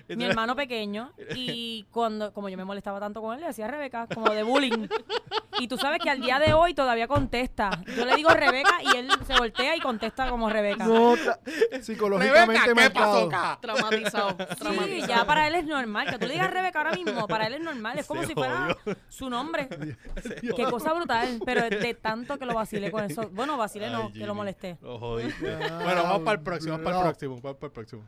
C: mi hermano pequeño, y cuando, como yo me molestaba tanto con él, le decía Rebeca, como de bullying. Y tú sabes que al día de hoy todavía contesta. Yo le digo Rebeca y él se voltea y contesta como Rebeca.
D: No, ta- psicológicamente
B: Rebeca, ¿qué pasó
D: marcado.
B: acá?
E: Traumatizado.
C: Sí,
E: traumatizado.
C: ya para él es normal. Que tú le digas Rebeca ahora mismo, para él es normal. Es como
G: Se
C: si fuera su nombre. Qué cosa brutal. Pero de tanto que lo vacilé con eso. Bueno, vacilé no,
G: Ay,
C: que
G: Jimmy,
C: lo molesté. Ah.
G: Lo jodiste.
B: Bueno, vamos para el próximo, vamos para el
D: Diablo.
B: próximo, vamos para el próximo.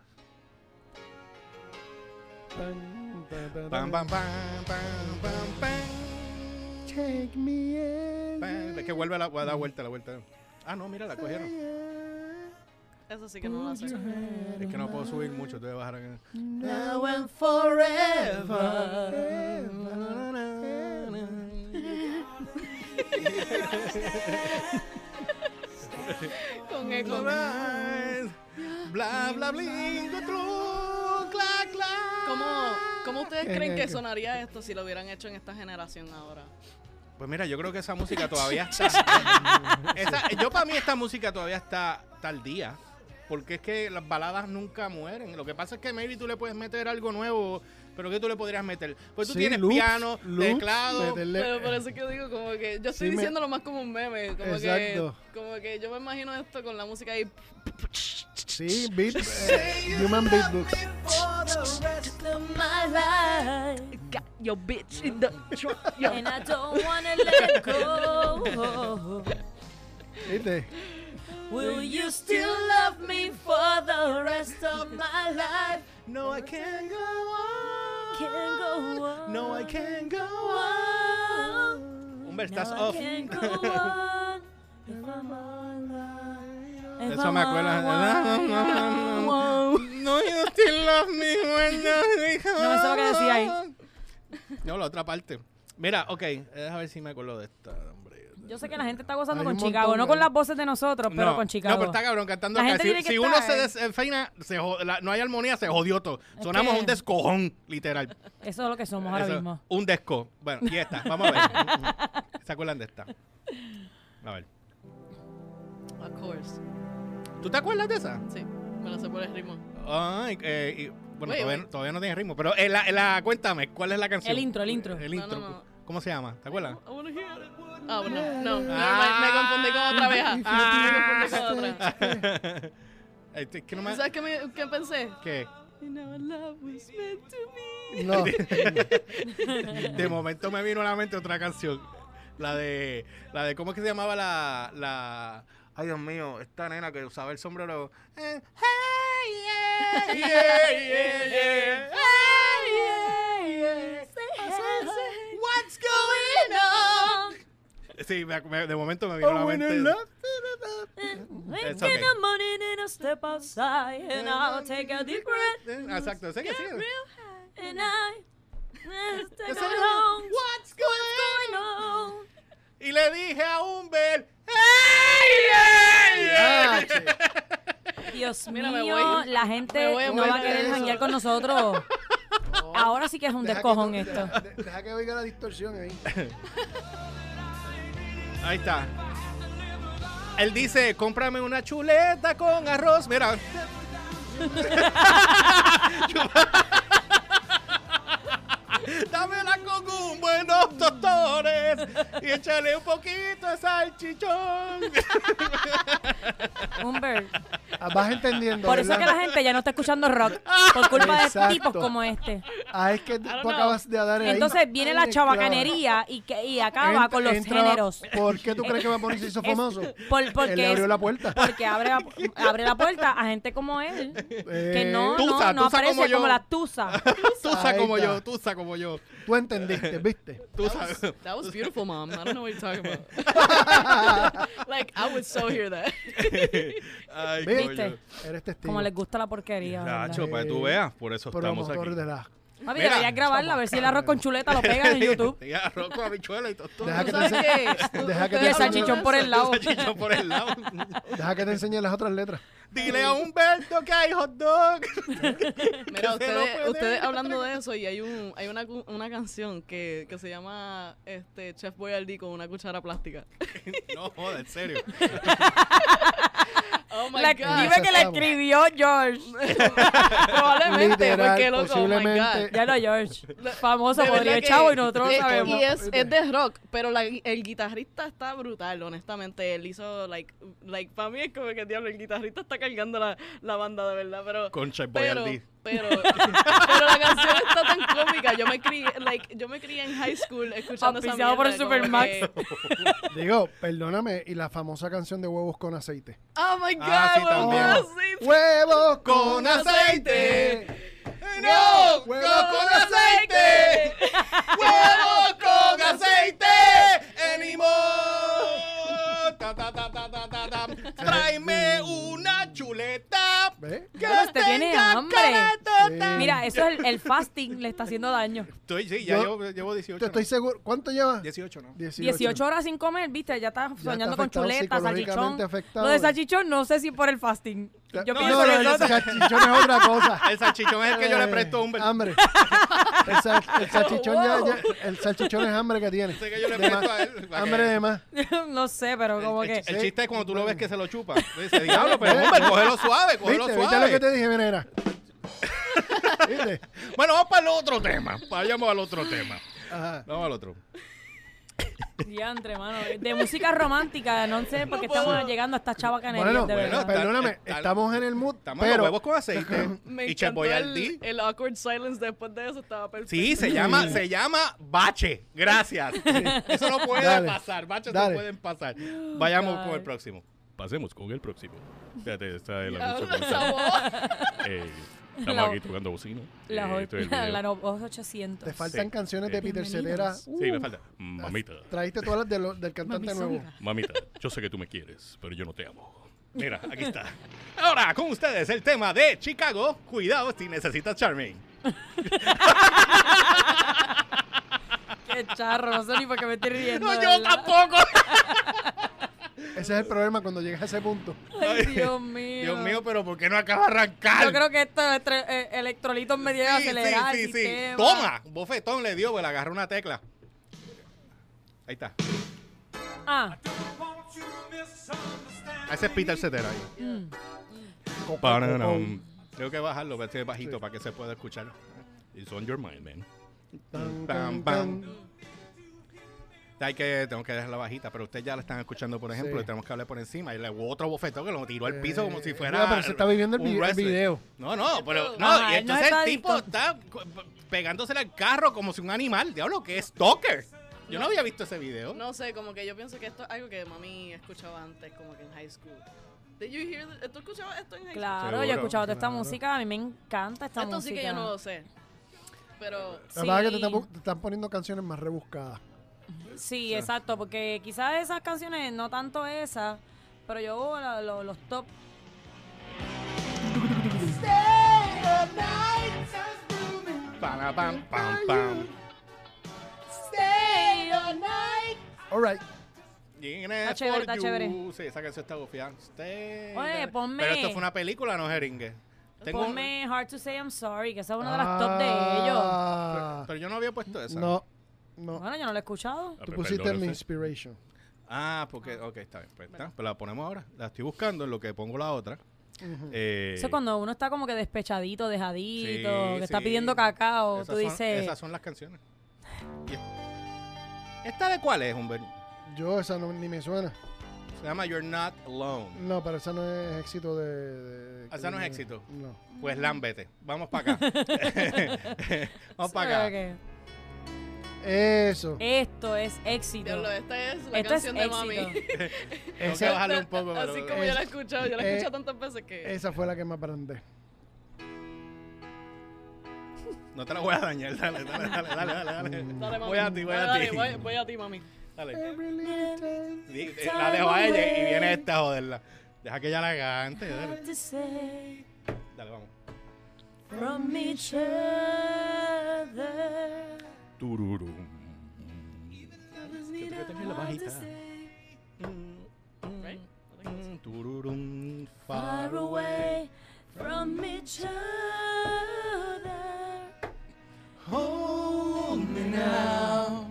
D: Tan, tan, tan,
B: Pam, pam, pam, pam, pam,
D: tan.
B: pam.
D: Take me in.
B: Pam. Es que vuelve a la, da vuelta, la vuelta. Ah, no, mira, la cogieron.
E: Eso sí que no lo sé.
B: Es que no puedo subir mucho, te voy a bajar acá.
D: Now and
E: Con eco.
B: Bla, bla, bling, go through, cla, cla.
E: ¿Cómo, ¿Cómo ustedes creen que
D: eco.
E: sonaría esto si lo hubieran hecho en esta generación ahora?
B: Pues mira, yo creo que esa música todavía está. Esa- yo para mí esta música todavía está tal día. Porque es que las baladas nunca mueren. Lo que pasa es que maybe tú le puedes meter algo nuevo, pero ¿qué tú le podrías meter? Pues tú
D: Sí,
B: tienes
D: loops,
B: piano,
D: loops,
B: teclado.
D: meterle-
E: Pero por eso que digo, como que yo estoy
D: Sí, me-
E: diciendo lo más como un meme. Como
D: Exacto.
E: que Como que yo me imagino esto con la música ahí.
D: Sí, beat, eh, Human Beatbox.
E: Got your bitch in the trunk. yo.
C: And I don't wanna let go.
D: ¿Viste?
C: Will you still love me for the rest of my life?
B: No, I can't go on.
C: Can't go on.
B: No, I can't go on.
C: on.
B: Hombre, estás
C: No, I
B: off.
C: can't go on. If I'm all right. If
B: Eso
C: I'm
B: me acuerda.
C: all right.
B: No, you still love me when I go
C: No me sé lo que decía ahí.
B: on. No, la otra parte. Mira, ok, déjame ver si me acuerdo de esta, hombre.
C: Yo sé que la gente está gozando
D: Hay
C: con
D: un montón
C: Chicago, no
D: de-
C: con las voces de nosotros, pero
B: no,
C: con Chicago.
B: No, pero está cabrón cantando.
C: La
B: acá.
C: gente
B: si
C: tiene que
B: si uno se
C: estar.
B: desenfeina, se jo- la- no hay armonía, se jodió todo.
C: Es
B: Sonamos
C: que-
B: un descojón, literal.
C: Eso es lo que somos ahora
B: Eso,
C: mismo.
B: Un desco. Bueno, y esta, vamos a ver. ¿Se acuerdan de esta? A ver.
E: Of course.
B: ¿Tú te acuerdas de esa?
E: Sí, me lo sé por el ritmo.
B: Ay, eh, y- bueno,
E: Wait,
B: todavía,
E: wait.
B: no- todavía no tiene ritmo, pero eh, la, la- cuéntame, ¿cuál es la canción?
C: El intro, el intro.
B: El
E: No,
B: intro.
E: no, no.
B: ¿Cómo se llama? ¿Te acuerdas?
E: I wanna hear it. Ah, bueno, no, no,
B: Ah.
E: me, me confundí con otra vieja.
B: Ah.
E: me confundí con otra.
B: Este, es que no me...
E: ¿Sabes qué, me- qué pensé?
B: ¿Qué?
E: And our love was meant to be.
D: No,
B: De momento me vino a la mente otra canción. La de. La de ¿Cómo es que se llamaba la. la ay, Dios mío, esta nena que usaba el sombrero. Eh, hey, yeah, yeah, yeah, yeah, hey, yeah, yeah. What's going on? Sí, me- me- de momento me vino a la
D: Oh, when in
B: mente.
D: love.
B: It's
C: It's
B: okay.
C: in the morning and I step outside and I'll take a deep breath
B: Eh, Exacto, sé que sí.
C: and I let's take
B: Eso
C: a
B: es-
C: long
B: What's going
C: going on.
B: Y le dije a Humbert. ¡Hey, yeah, yeah!
C: Dios
E: Mira, me
C: mío,
E: voy.
C: la gente
E: Me voy, me
C: no
E: voy.
C: va a querer
D: Eso.
C: janguear con nosotros. Ahora sí que es un
D: Deja que-
C: descojón esto.
D: deja- de- Deja que oiga la distorsión ahí.
B: Ahí está. Él dice, cómprame una chuleta con arroz. Mira. Dámela con un buenos tostones y échale un poquito de salchichón.
C: Humbert.
D: Ah, Vas entendiendo.
C: Por eso es que
D: ¿verdad?
C: la gente ya no está escuchando rock. Por culpa
D: Exacto.
C: de tipos como este.
D: Ah, es que tú
E: know.
D: acabas de dar ahí.
C: Entonces viene la
D: Ay,
C: chabacanería y, que, y acaba
D: Ent-
C: con los
D: entra-
C: géneros.
D: ¿Por qué tú crees que va a se hizo
C: Es-
D: famoso?
C: por- porque
D: Él le abrió
C: es-
D: la puerta.
C: Porque abre la, abre la puerta a gente como él. Que
D: Eh,
C: no,
B: tusa,
C: no, no
B: tusa
C: aparece
B: como
C: como,
B: yo.
C: la tusa.
B: Tusa
D: Ahí
B: como
D: está.
B: yo, tusa como yo.
D: Tú entendiste, ¿viste?
B: Tusa.
E: That was beautiful, mom. I don't know what you're talking about. like, I would so hear that.
G: Ay,
D: ¿Viste? eh,
G: coño.
D: Eres testigo.
C: Como les gusta la porquería. ¿verdad?
G: Nacho, para que tú veas, por eso estamos
D: Promotor de
G: aquí.
D: la...
C: Papi,
G: Mira.
C: deberías grabarla, a ver si el arroz con chuleta lo pegas
B: Oh
C: en YouTube.
B: Y arroz con habichuela y tostón.
D: Deja que, te
E: sabes
D: ense- deja, que
C: Y
D: te
C: el
D: enseñe-
C: salchichón por el lado.
B: Salchichón por el lado.
D: deja que te enseñe las otras letras.
B: Dile a Humberto que hay hot dog.
E: Mira,
B: Que se lo
E: ustedes,
B: pueden
E: ustedes
B: llevar.
E: hablando de eso, y hay un hay una, cu- una canción que, que se llama este, Chef Boyardee con una cuchara plástica.
B: No, joda, en serio.
E: Oh my
C: La,
E: God.
C: dime que la escribió George.
E: Probablemente,
D: Literal,
E: porque loco, oh my God.
D: posiblemente.
C: Ya lo George. Famoso,
E: De verdad
C: podría
E: que-
C: chavo y nosotros
E: eh,
C: lo sabemos.
E: Y es, es de rock, pero la- el guitarrista está brutal, honestamente. Él hizo, like, like para mí es como que, diablo, el guitarrista está cargando la, la banda, de verdad, pero...
G: Con Chef
E: pero,
G: Boyardee.
E: pero, pero la canción está tan cómica. Yo me crié, like, yo me crié en high school escuchando esa
C: Auspiciado
E: mierda.
C: por
E: como
C: Supermax.
E: que-
D: Digo, perdóname, y la famosa canción de huevos con aceite.
E: Oh my God,
B: Ah, sí,
E: bueno,
B: también.
E: bueno, sí.
D: ¡Huevos
B: Con
D: con
B: aceite.
D: aceite!
B: ¡No!
D: ¡Huevo
B: con aceite! ¡Huevo con aceite! ¡Anymore! Ta, ta, ta, ta, ta, ta, ta. ¡Tráeme una chuleta!
D: ¿Ves?
B: ¡Que
C: Bueno, usted tiene
B: tenga
C: hambre.
B: caratota.
D: Sí.
C: Mira, eso es el, el fasting le está haciendo daño.
B: Estoy, sí, ya
D: Yo-
B: llevo, llevo 18.
D: Te estoy
B: ¿no?
D: seguro. ¿Cuánto llevas?
B: 18, ¿no?
C: 18 horas sin comer, viste, ya está
D: está
C: soñando con
D: afectado,
C: chuleta, salchichón.
D: psicológicamente afectado.
C: Lo de salchichón no sé si por el fasting. Yo
D: no,
C: pienso
D: no,
C: que
D: no,
C: eso-
D: el salchichón es otra cosa.
B: El salchichón es el que yo le presto a un...
D: Hambre. El, sal- el salchichón ya, ya- el salchichón es hambre que tiene.
B: Sé que yo le
D: De más.
B: presto a él. para que-
D: Hambre de más.
C: no sé, pero como
B: El,
C: que
B: el chiste es cuando tú lo ves que se lo chupa. Tú dices, diablo, pero hombre, cógelo suave, cógelo
D: ¿Viste? ¿Viste lo
B: suave.
D: que te dije, Venera? ¿Viste?
B: Bueno, vamos para el otro tema. Vayamos al otro tema.
D: Ajá.
B: Vamos al otro.
C: diantre, mano. De música romántica, no sé por qué estamos llegando a estas chavacanerías
D: Bueno,
C: de verdad.
B: está-
D: perdóname,
B: está-
D: estamos en el mood,
B: Estamos en los
D: pero
B: huevos con aceite.
E: Me
B: y Chef
E: encantó
B: Boyardee.
E: el, el awkward silence después de eso estaba perfecto.
B: Sí, se llama, se llama bache. Gracias. Eso no puede
D: Dale.
B: pasar. Baches
D: Dale.
B: no pueden pasar. Vayamos
C: Ay.
B: con el próximo.
G: Pasemos con el próximo. Fíjate, está el
E: Ya,
G: anuncio.
E: esa voz.
G: Eh, estamos
C: La-
G: aquí tocando bocina.
C: La,
G: Eh, esto es el video.
C: la
D: te
C: 800.
D: faltan
G: Sí.
D: canciones de Peter Cetera.
C: Bienvenidos.
G: Sí, me falta. Mamita,
D: Traíste todas las de lo- del cantante nuevo.
E: Mamizonga.
G: mamita, yo sé que tú me quieres, pero yo no te amo.
B: Mira, aquí está. Ahora con ustedes el tema de Chicago. Cuidado si necesitas Charming.
C: Qué charro, no sé ni por qué me estoy riendo.
B: No,
C: de
B: yo
C: verdad.
B: tampoco.
D: Ese es el problema cuando llegas a ese punto.
C: Ay, Dios mío.
B: Dios mío, pero ¿por qué no acaba de arrancar?
C: Yo creo que estos estre- eh, electrolitos me dieron a acelerar. el sistema.
B: Toma, bofetón le dio, pues le agarró una tecla. Ahí está.
C: Ah,
B: Ese es Peter Cetera ahí.
G: Pananam.
B: Tengo que bajarlo, pero este es bajito para que se pueda escuchar.
G: It's on your mind, man.
B: Pam,
D: Tan, tan,
B: pam.
D: tan.
B: Hay que, tengo que dejarla bajita, pero ustedes ya la están escuchando, por ejemplo,
D: Sí.
B: y tenemos que hablar por encima. Y le hubo otro bofetón que lo tiró al piso como si
D: Eh,
B: fuera.
D: no, pero se está viviendo el
B: un
D: vi- el
B: wrestling.
D: video.
B: No, no, pero. No,
C: Ajá,
B: y
C: él no
B: entonces
C: está
B: el tipo
C: adicto.
B: está cu- pegándosele al carro como si un animal. Diablo, que es stalker. Yo no había visto ese video.
E: No sé, como que yo pienso que esto es algo que mami escuchaba antes, como que en high school. Did you hear th- ¿Tú escuchabas esto en high school?
C: Claro, yo
B: Seguro,
C: he escuchado toda esta
D: claro.
C: música, a mí me encanta esta
E: Esto sí
C: música.
E: que yo no lo sé. Pero
D: La verdad es que
C: Sí.
D: te están, te están poniendo canciones más rebuscadas.
C: Sí, exacto, porque quizás esas canciones, no tanto esas, pero yo la- lo- los top.
B: Pana, pam, pam, pam.
D: All right.
B: Está
C: chévere, está chévere.
B: Sí, esa canción está bufiada. Stay
C: Oye,
B: there.
C: ponme-
B: Pero esto fue una película, no jeringue. Tengo un-
C: ponme Hard to Say I'm Sorry, que esa es una de las top de ellos.
D: Ah,
B: Pero yo no había puesto esa.
D: No, no.
C: Bueno, yo no la he escuchado.
G: Ah,
D: Tú
G: pe-
D: pusiste
G: perdón,
D: mi
G: no sé.
D: inspiration.
B: Ah, porque, ok, está bien. Pues, está, pues la ponemos ahora. La estoy buscando en lo que pongo la otra. Eh,
C: Eso es cuando uno está como que despechadito,
B: sí,
C: dejadito, que está
B: sí.
C: pidiendo cacao,
B: Esas
C: tú
B: son-
C: dices,
B: Esas son las canciones. Y es- ¿Esta de cuál es, Humber?
D: Yo esa no, ni me suena.
B: Se llama You're Not Alone.
D: No, pero esa no es éxito de... de-
B: Ah, Esa no es éxito.
D: No.
C: Mm.
B: Pues lámbete. Vamos para acá. Vamos para acá.
C: "Ok,
D: Eso.
C: esto es éxito.
E: Diablo, esta es la
C: Esto es
E: canción de
C: éxito.
E: mami.
B: Tengo que
D: Esa-
B: bajarle un poco.
E: Así
B: pero-
E: como yo la he escuchado, yo la he
D: eh,
E: escuchado tantas veces que.
D: Esa fue la que me aprendí.
B: No te la voy a dañar, dale, dale, dale, dale, dale. dale.
C: Mm.
E: Dale, mami.
B: Voy a ti, voy a
E: Dale,
B: ti.
E: Voy, voy a ti, mami.
B: Dale.
D: Every little-
B: Di- eh, La dejo a ella y viene esta a joderla. Deja que ella la cante, dale.
C: Hard to say
B: Dale, vamos.
C: from each other.
G: Tururum.
B: Creo que también la bajita.
E: Right?
B: Mm, tururum,
C: far
B: far away.
C: away from each other.
B: Hold me now.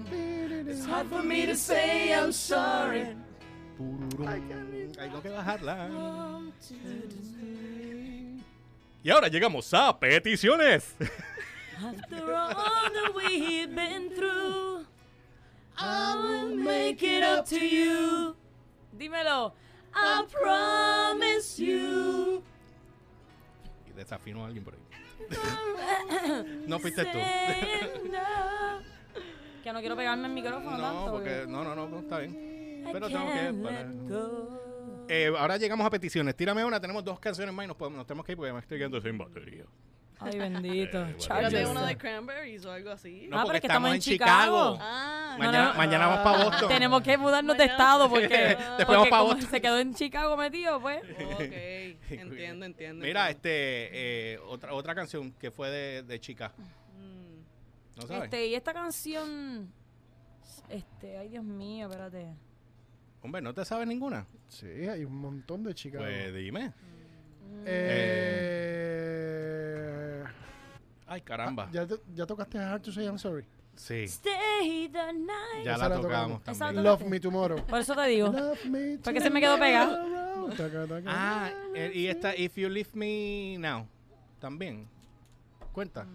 C: It's hard for me to say I'm sorry.
B: Tururum. Hay que bajarla. Y ahora llegamos a peticiones.
C: After all that we've been through, I will make it up to you. Dímelo. I promise you.
B: Y desafino a alguien por ahí. No fuiste tú.
C: saying no. Que no quiero pegarme el micrófono
B: No,
C: tanto.
B: porque. No, no, no, no, está bien.
C: I
B: Pero tengo que.
C: can't
B: para-
C: let go.
B: Eh, ahora llegamos a peticiones. Tírame una, tenemos dos canciones más y nos, podemos, nos tenemos que ir porque me estoy quedando sin batería.
C: Ay, bendito.
G: Eh,
C: Chacho.
E: Fíjate
G: Yo
E: una
G: sé.
E: de Cranberries o algo así.
B: No,
C: Ah,
B: porque
C: pero es que estamos
B: estamos
C: en
B: en Chicago.
C: Chicago.
E: Ah,
B: Mañana,
C: no, no.
B: mañana vamos para Boston.
C: Tenemos que mudarnos de
E: Mañana.
C: estado porque,
E: Después
C: porque
B: vamos pa'
C: como
B: Boston.
C: se quedó en Chicago metido, pues.
E: ok. Entiendo, entiendo.
B: Mira,
E: entiendo.
B: este, eh, otra, otra canción que fue de, de chica.
E: Mm.
B: ¿No sabes?
C: Este, y esta canción. Este, ay Dios mío, espérate.
B: Hombre, ¿no te sabes ninguna?
D: Sí, hay un montón de chicas.
B: Pues dime.
D: Eh,
B: Ay, caramba.
D: Ah, ¿Ya, to- ya tocaste Hard to Say I'm Sorry.
B: Sí,
C: Stay the night.
B: ya la
D: Esa la
B: tocamos
D: tocamos.
C: Esa
B: también.
C: la
D: Love Me Tomorrow.
C: Por eso te digo.
D: Love Me
C: Porque se me quedó pegada.
D: Tomorrow. Taca, taca.
B: Ah, eh, y esta, If You Leave Me Now, también. Cuenta.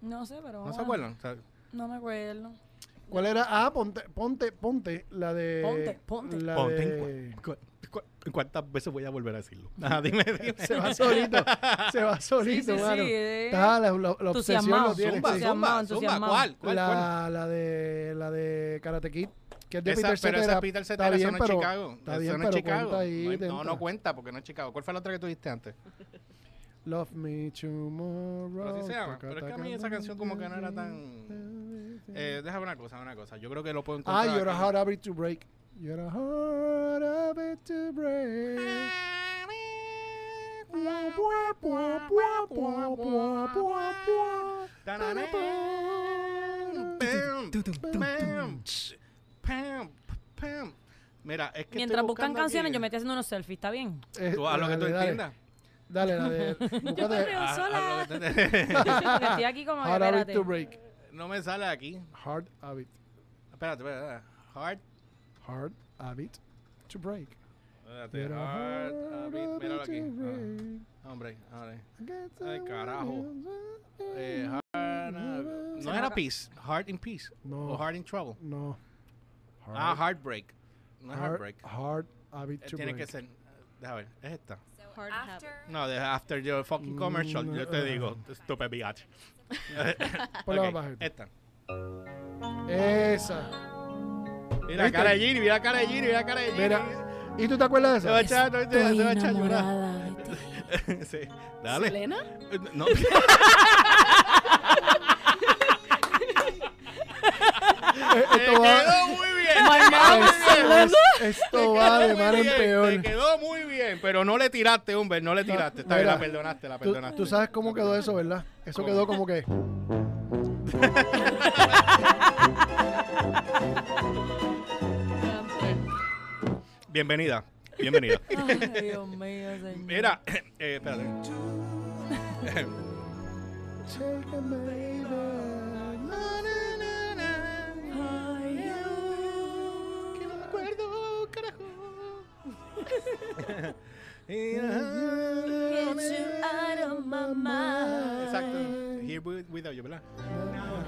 C: No sé, pero.
B: ¿No se
C: bueno,
B: acuerdan? O sea,
C: No me acuerdo.
D: ¿Cuál era? Ah, ponte, ponte, ponte. La de.
C: Ponte, ponte.
D: La
B: ponte
D: de-
B: en cu- cu- cu- ¿Cuántas veces voy a volver a decirlo? Ajá, dime, dime.
D: Se va solito. se va solito,
C: sí,
D: mano.
C: sí, eh.
D: Está, la, la- la obsesión
C: Entusiasmado.
D: lo tiene.
B: Zumba,
D: sí.
B: zumba, zumba.
C: Entusiasmado, entusiasmado.
B: ¿Cuál? ¿Cuál? cuál?
D: La, la de la de Karate Kid, que es de
B: Esa-
D: Peter
B: pero
D: Cetera.
B: esa Peter Cetera
D: está bien,
B: sonó en
D: pero,
B: Chicago.
D: Está
B: Esa
D: bien,
B: sonó en
D: pero
B: Chicago.
D: cuenta ahí
B: No hay- no,
D: dentro.
B: no cuenta porque no es Chicago. ¿Cuál fue la otra que tú dijiste antes?
D: Love me tomorrow.
B: Pero así se llama.
D: taca,
B: Pero es que a mí
D: taca,
B: esa canción como que no era
D: tan...
B: Eh, déjame una cosa, una cosa. Yo creo que lo puedo
D: ah,
B: encontrar.
D: you're a
B: aquí.
D: hard habit to break. You're a hard habit to break. Buah, buah, buah, buah, buah, buah, buah, buah.
B: Pam, pam, pam, pam. Mira, es que
C: Mientras
B: estoy
C: buscan
B: buscando
C: canciones,
B: aquí.
C: yo me estoy haciendo unos selfies, ¿está bien?
D: Eh,
B: Tú haz lo que tú
D: dale, dale.
B: entiendas.
D: Dale, la de. búscate
C: Pero
B: Haz- haz
C: sola.
B: lo que tú entiendas.
C: Porque ah, estoy aquí como que,
D: Hard habit
C: espérate.
D: to break.
B: No me sale aquí.
D: Hard habit.
B: Espérate, espérate. Hard.
D: Hard habit to break.
B: Espérate.
D: You're a
B: Hard.
D: hard
B: habit. Míralo
D: habit
B: aquí. Ah,
D: to break.
B: Hombre, hombre.
D: Get
B: Ay,
D: away
B: carajo.
D: with it.
B: Eh, hard, no era peace. Heart in peace.
D: No.
B: O heart in trouble.
D: No.
B: Ah, Heartbreak. No es
D: Hard,
B: Heartbreak.
D: hard habit
B: Eh,
D: to
B: tiene que
D: break.
B: ser. eh, Déjame ver, es esta.
H: So
E: Hard
H: after
B: No, de After Your Fucking
D: Mm,
B: Commercial, yo te
D: eh.
B: digo, stupid biatch.
D: Ponla
B: Ok, Eh,
D: más bajita.
B: Esta.
D: Esa.
B: Mira la
D: ¿Viste?
B: cara de Gini, mira la cara de Gini, mira la cara de Gini.
D: Mira, ¿y tú te acuerdas
B: Se
D: de
B: va a
D: esa?
B: echar, se va a echar a llorar. Sí, dale.
E: ¿Selena?
B: No.
D: Eh,
B: Te
D: Esto va,
B: quedó muy bien.
D: esto, esto va de mal en
B: Te
D: peor.
B: quedó muy bien, pero no le tiraste, hombre, no le tiraste. Está bien,
D: mira,
B: la perdonaste, la
D: Tú,
B: perdonaste.
D: tú sabes cómo quedó eso, ¿verdad? Eso
B: ¿Cómo?
D: quedó como que.
B: Bienvenida, bienvenida.
D: Ah.
C: Ay, Dios mío, señor.
B: Mira, eh, espérate. Que no me acuerdo, carajo. Exacto. Here with- without you, ¿verdad?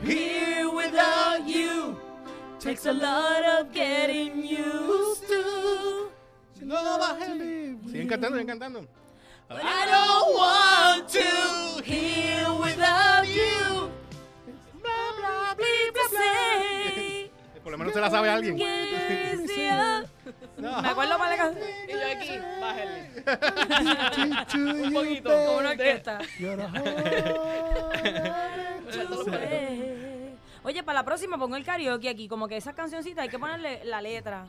C: Here without you takes a lot of getting used to.
B: No bajé. Siguen cantando, siguen cantando.
C: I don't want to here without you. Blah, blah, blah, blah, blah.
B: Por lo menos se la sabe alguien.
C: Get easier. Me acuerdo para la canción.
E: Y yo aquí, bájenle.
D: Un
E: poquito,
C: Como una orquesta. Oye, para la próxima pongo el karaoke aquí, como que esas cancioncitas hay que ponerle la letra.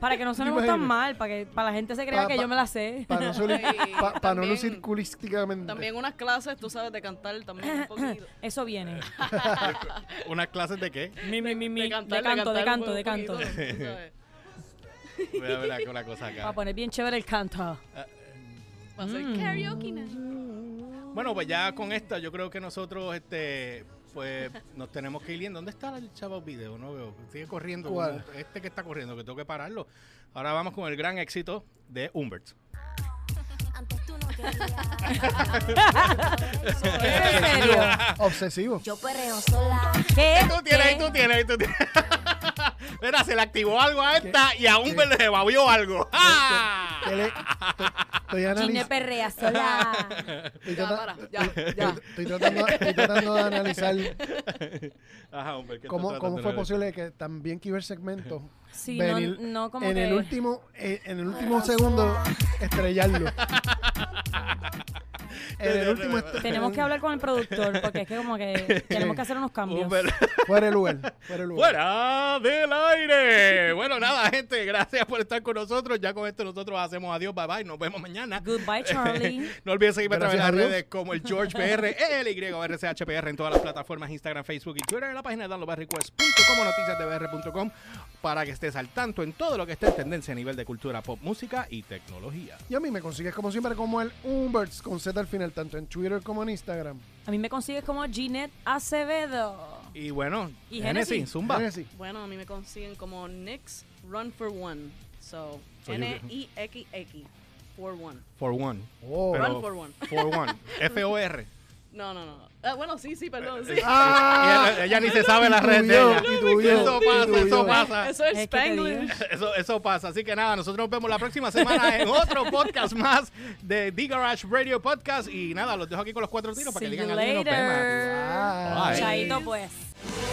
C: Para que no se nos
D: Imagina.
C: tan mal, para que para la gente se crea
D: Pa-
C: que
D: pa-
C: yo me la sé.
D: Para no, soli-
E: Ay,
D: pa- pa no
E: también-
D: lucir culísticamente.
E: También unas clases, tú sabes, de cantar también un poquito.
C: Eso viene.
B: ¿Unas clases de qué?
C: Mi, mi, mi, mi. De,
E: cantar,
C: canto, de
E: cantar
C: canto,
E: un
C: de canto.
E: poquito, tú sabes,
B: Voy a ver la- una cosa
C: Para
B: acá.
C: poner bien chévere el canto.
E: para hacer
C: Mm.
H: karaoke night.
B: Bueno, pues ya con esta, yo creo que nosotros, este, pues nos tenemos que ir yendo. ¿Dónde está el chavo video? No veo. Sigue corriendo.
D: ¿Cuál?
B: como Este que está corriendo, que tengo que pararlo. Ahora vamos con el gran éxito de Humbert.
H: Antes tú no querías.
C: ¿Es en serio?
D: Obsesivo.
H: Yo perreo sola.
C: ¿Qué?
B: Ahí tú tienes, ahí
C: ¿Qué?
B: tú tienes, ahí tú tienes. Mira, se le activó algo a esta y a Humbert le babió algo. ¡Ah!
D: Que le- estoy- estoy
C: Chine
D: analiz-
C: perrea sola.
D: estoy
E: Ya,
D: trata-
E: para, ya, ya.
D: estoy tratando- estoy tratando de analizar
B: Ajá, Humbert, ¿qué
D: cómo,
B: estás
D: cómo
B: tratando
D: fue
B: de-
D: posible que también que iba el segmento
C: Sí, no,
D: venir
C: no como
D: en
C: que...
D: el último eh, en el último segundo estrellarlo. en el último estre-
C: Tenemos que hablar con el productor porque es que como que tenemos que hacer unos cambios.
B: Humbert.
D: fuera de lugar, fuera de lugar.
B: ¡Fuera del aire! Bueno, nada, gente, gracias por estar con nosotros. Ya con esto nosotros hacemos adiós, bye bye, nos vemos mañana.
C: Goodbye, Charlie.
B: No olviden seguirme a través de
D: Gracias
B: las
D: a Dios.
B: redes como el George PR, el YRCHPR en todas las plataformas, Instagram, Facebook y Twitter, en la página de danlobarrequest.com o noticiasdbr.com para que estés al tanto en todo lo que esté en tendencia a nivel de cultura, pop, música y tecnología.
D: Y a mí me consigues como siempre como el Umberts con Z al final, tanto en Twitter como en Instagram.
C: A mí me consigues como Ginette Acevedo.
B: Y bueno,
C: Y
B: Genesis,
C: Genesis.
B: Zumba.
D: Genesis.
E: Bueno, a mí me consiguen como Nix Run for One. So,
B: Soy yo.
E: N-I-X-X. For One.
B: For One.
D: Oh.
B: Pero-
E: Run for One.
B: For One. F-O-R.
E: No, no, no. Ah, bueno, sí, sí, perdón.
B: Eh,
E: Sí.
B: Y
D: Ah,
B: ella, ella ni se sabe las redes de ella.
D: Titubió,
B: Eso pasa, eso
D: titubió.
B: pasa.
E: Eso
C: Es
E: es
C: que te
E: Spanglish.
B: Eso, eso pasa. Así que nada, nosotros nos vemos la próxima semana en otro podcast más de The Garage Radio Podcast. Y nada, los dejo aquí con los cuatro tiros para que
C: See
B: digan
C: you
B: adiós y nos vemos.
C: later.
D: Bye.
B: Bye.
C: Chaito pues.
H: Yo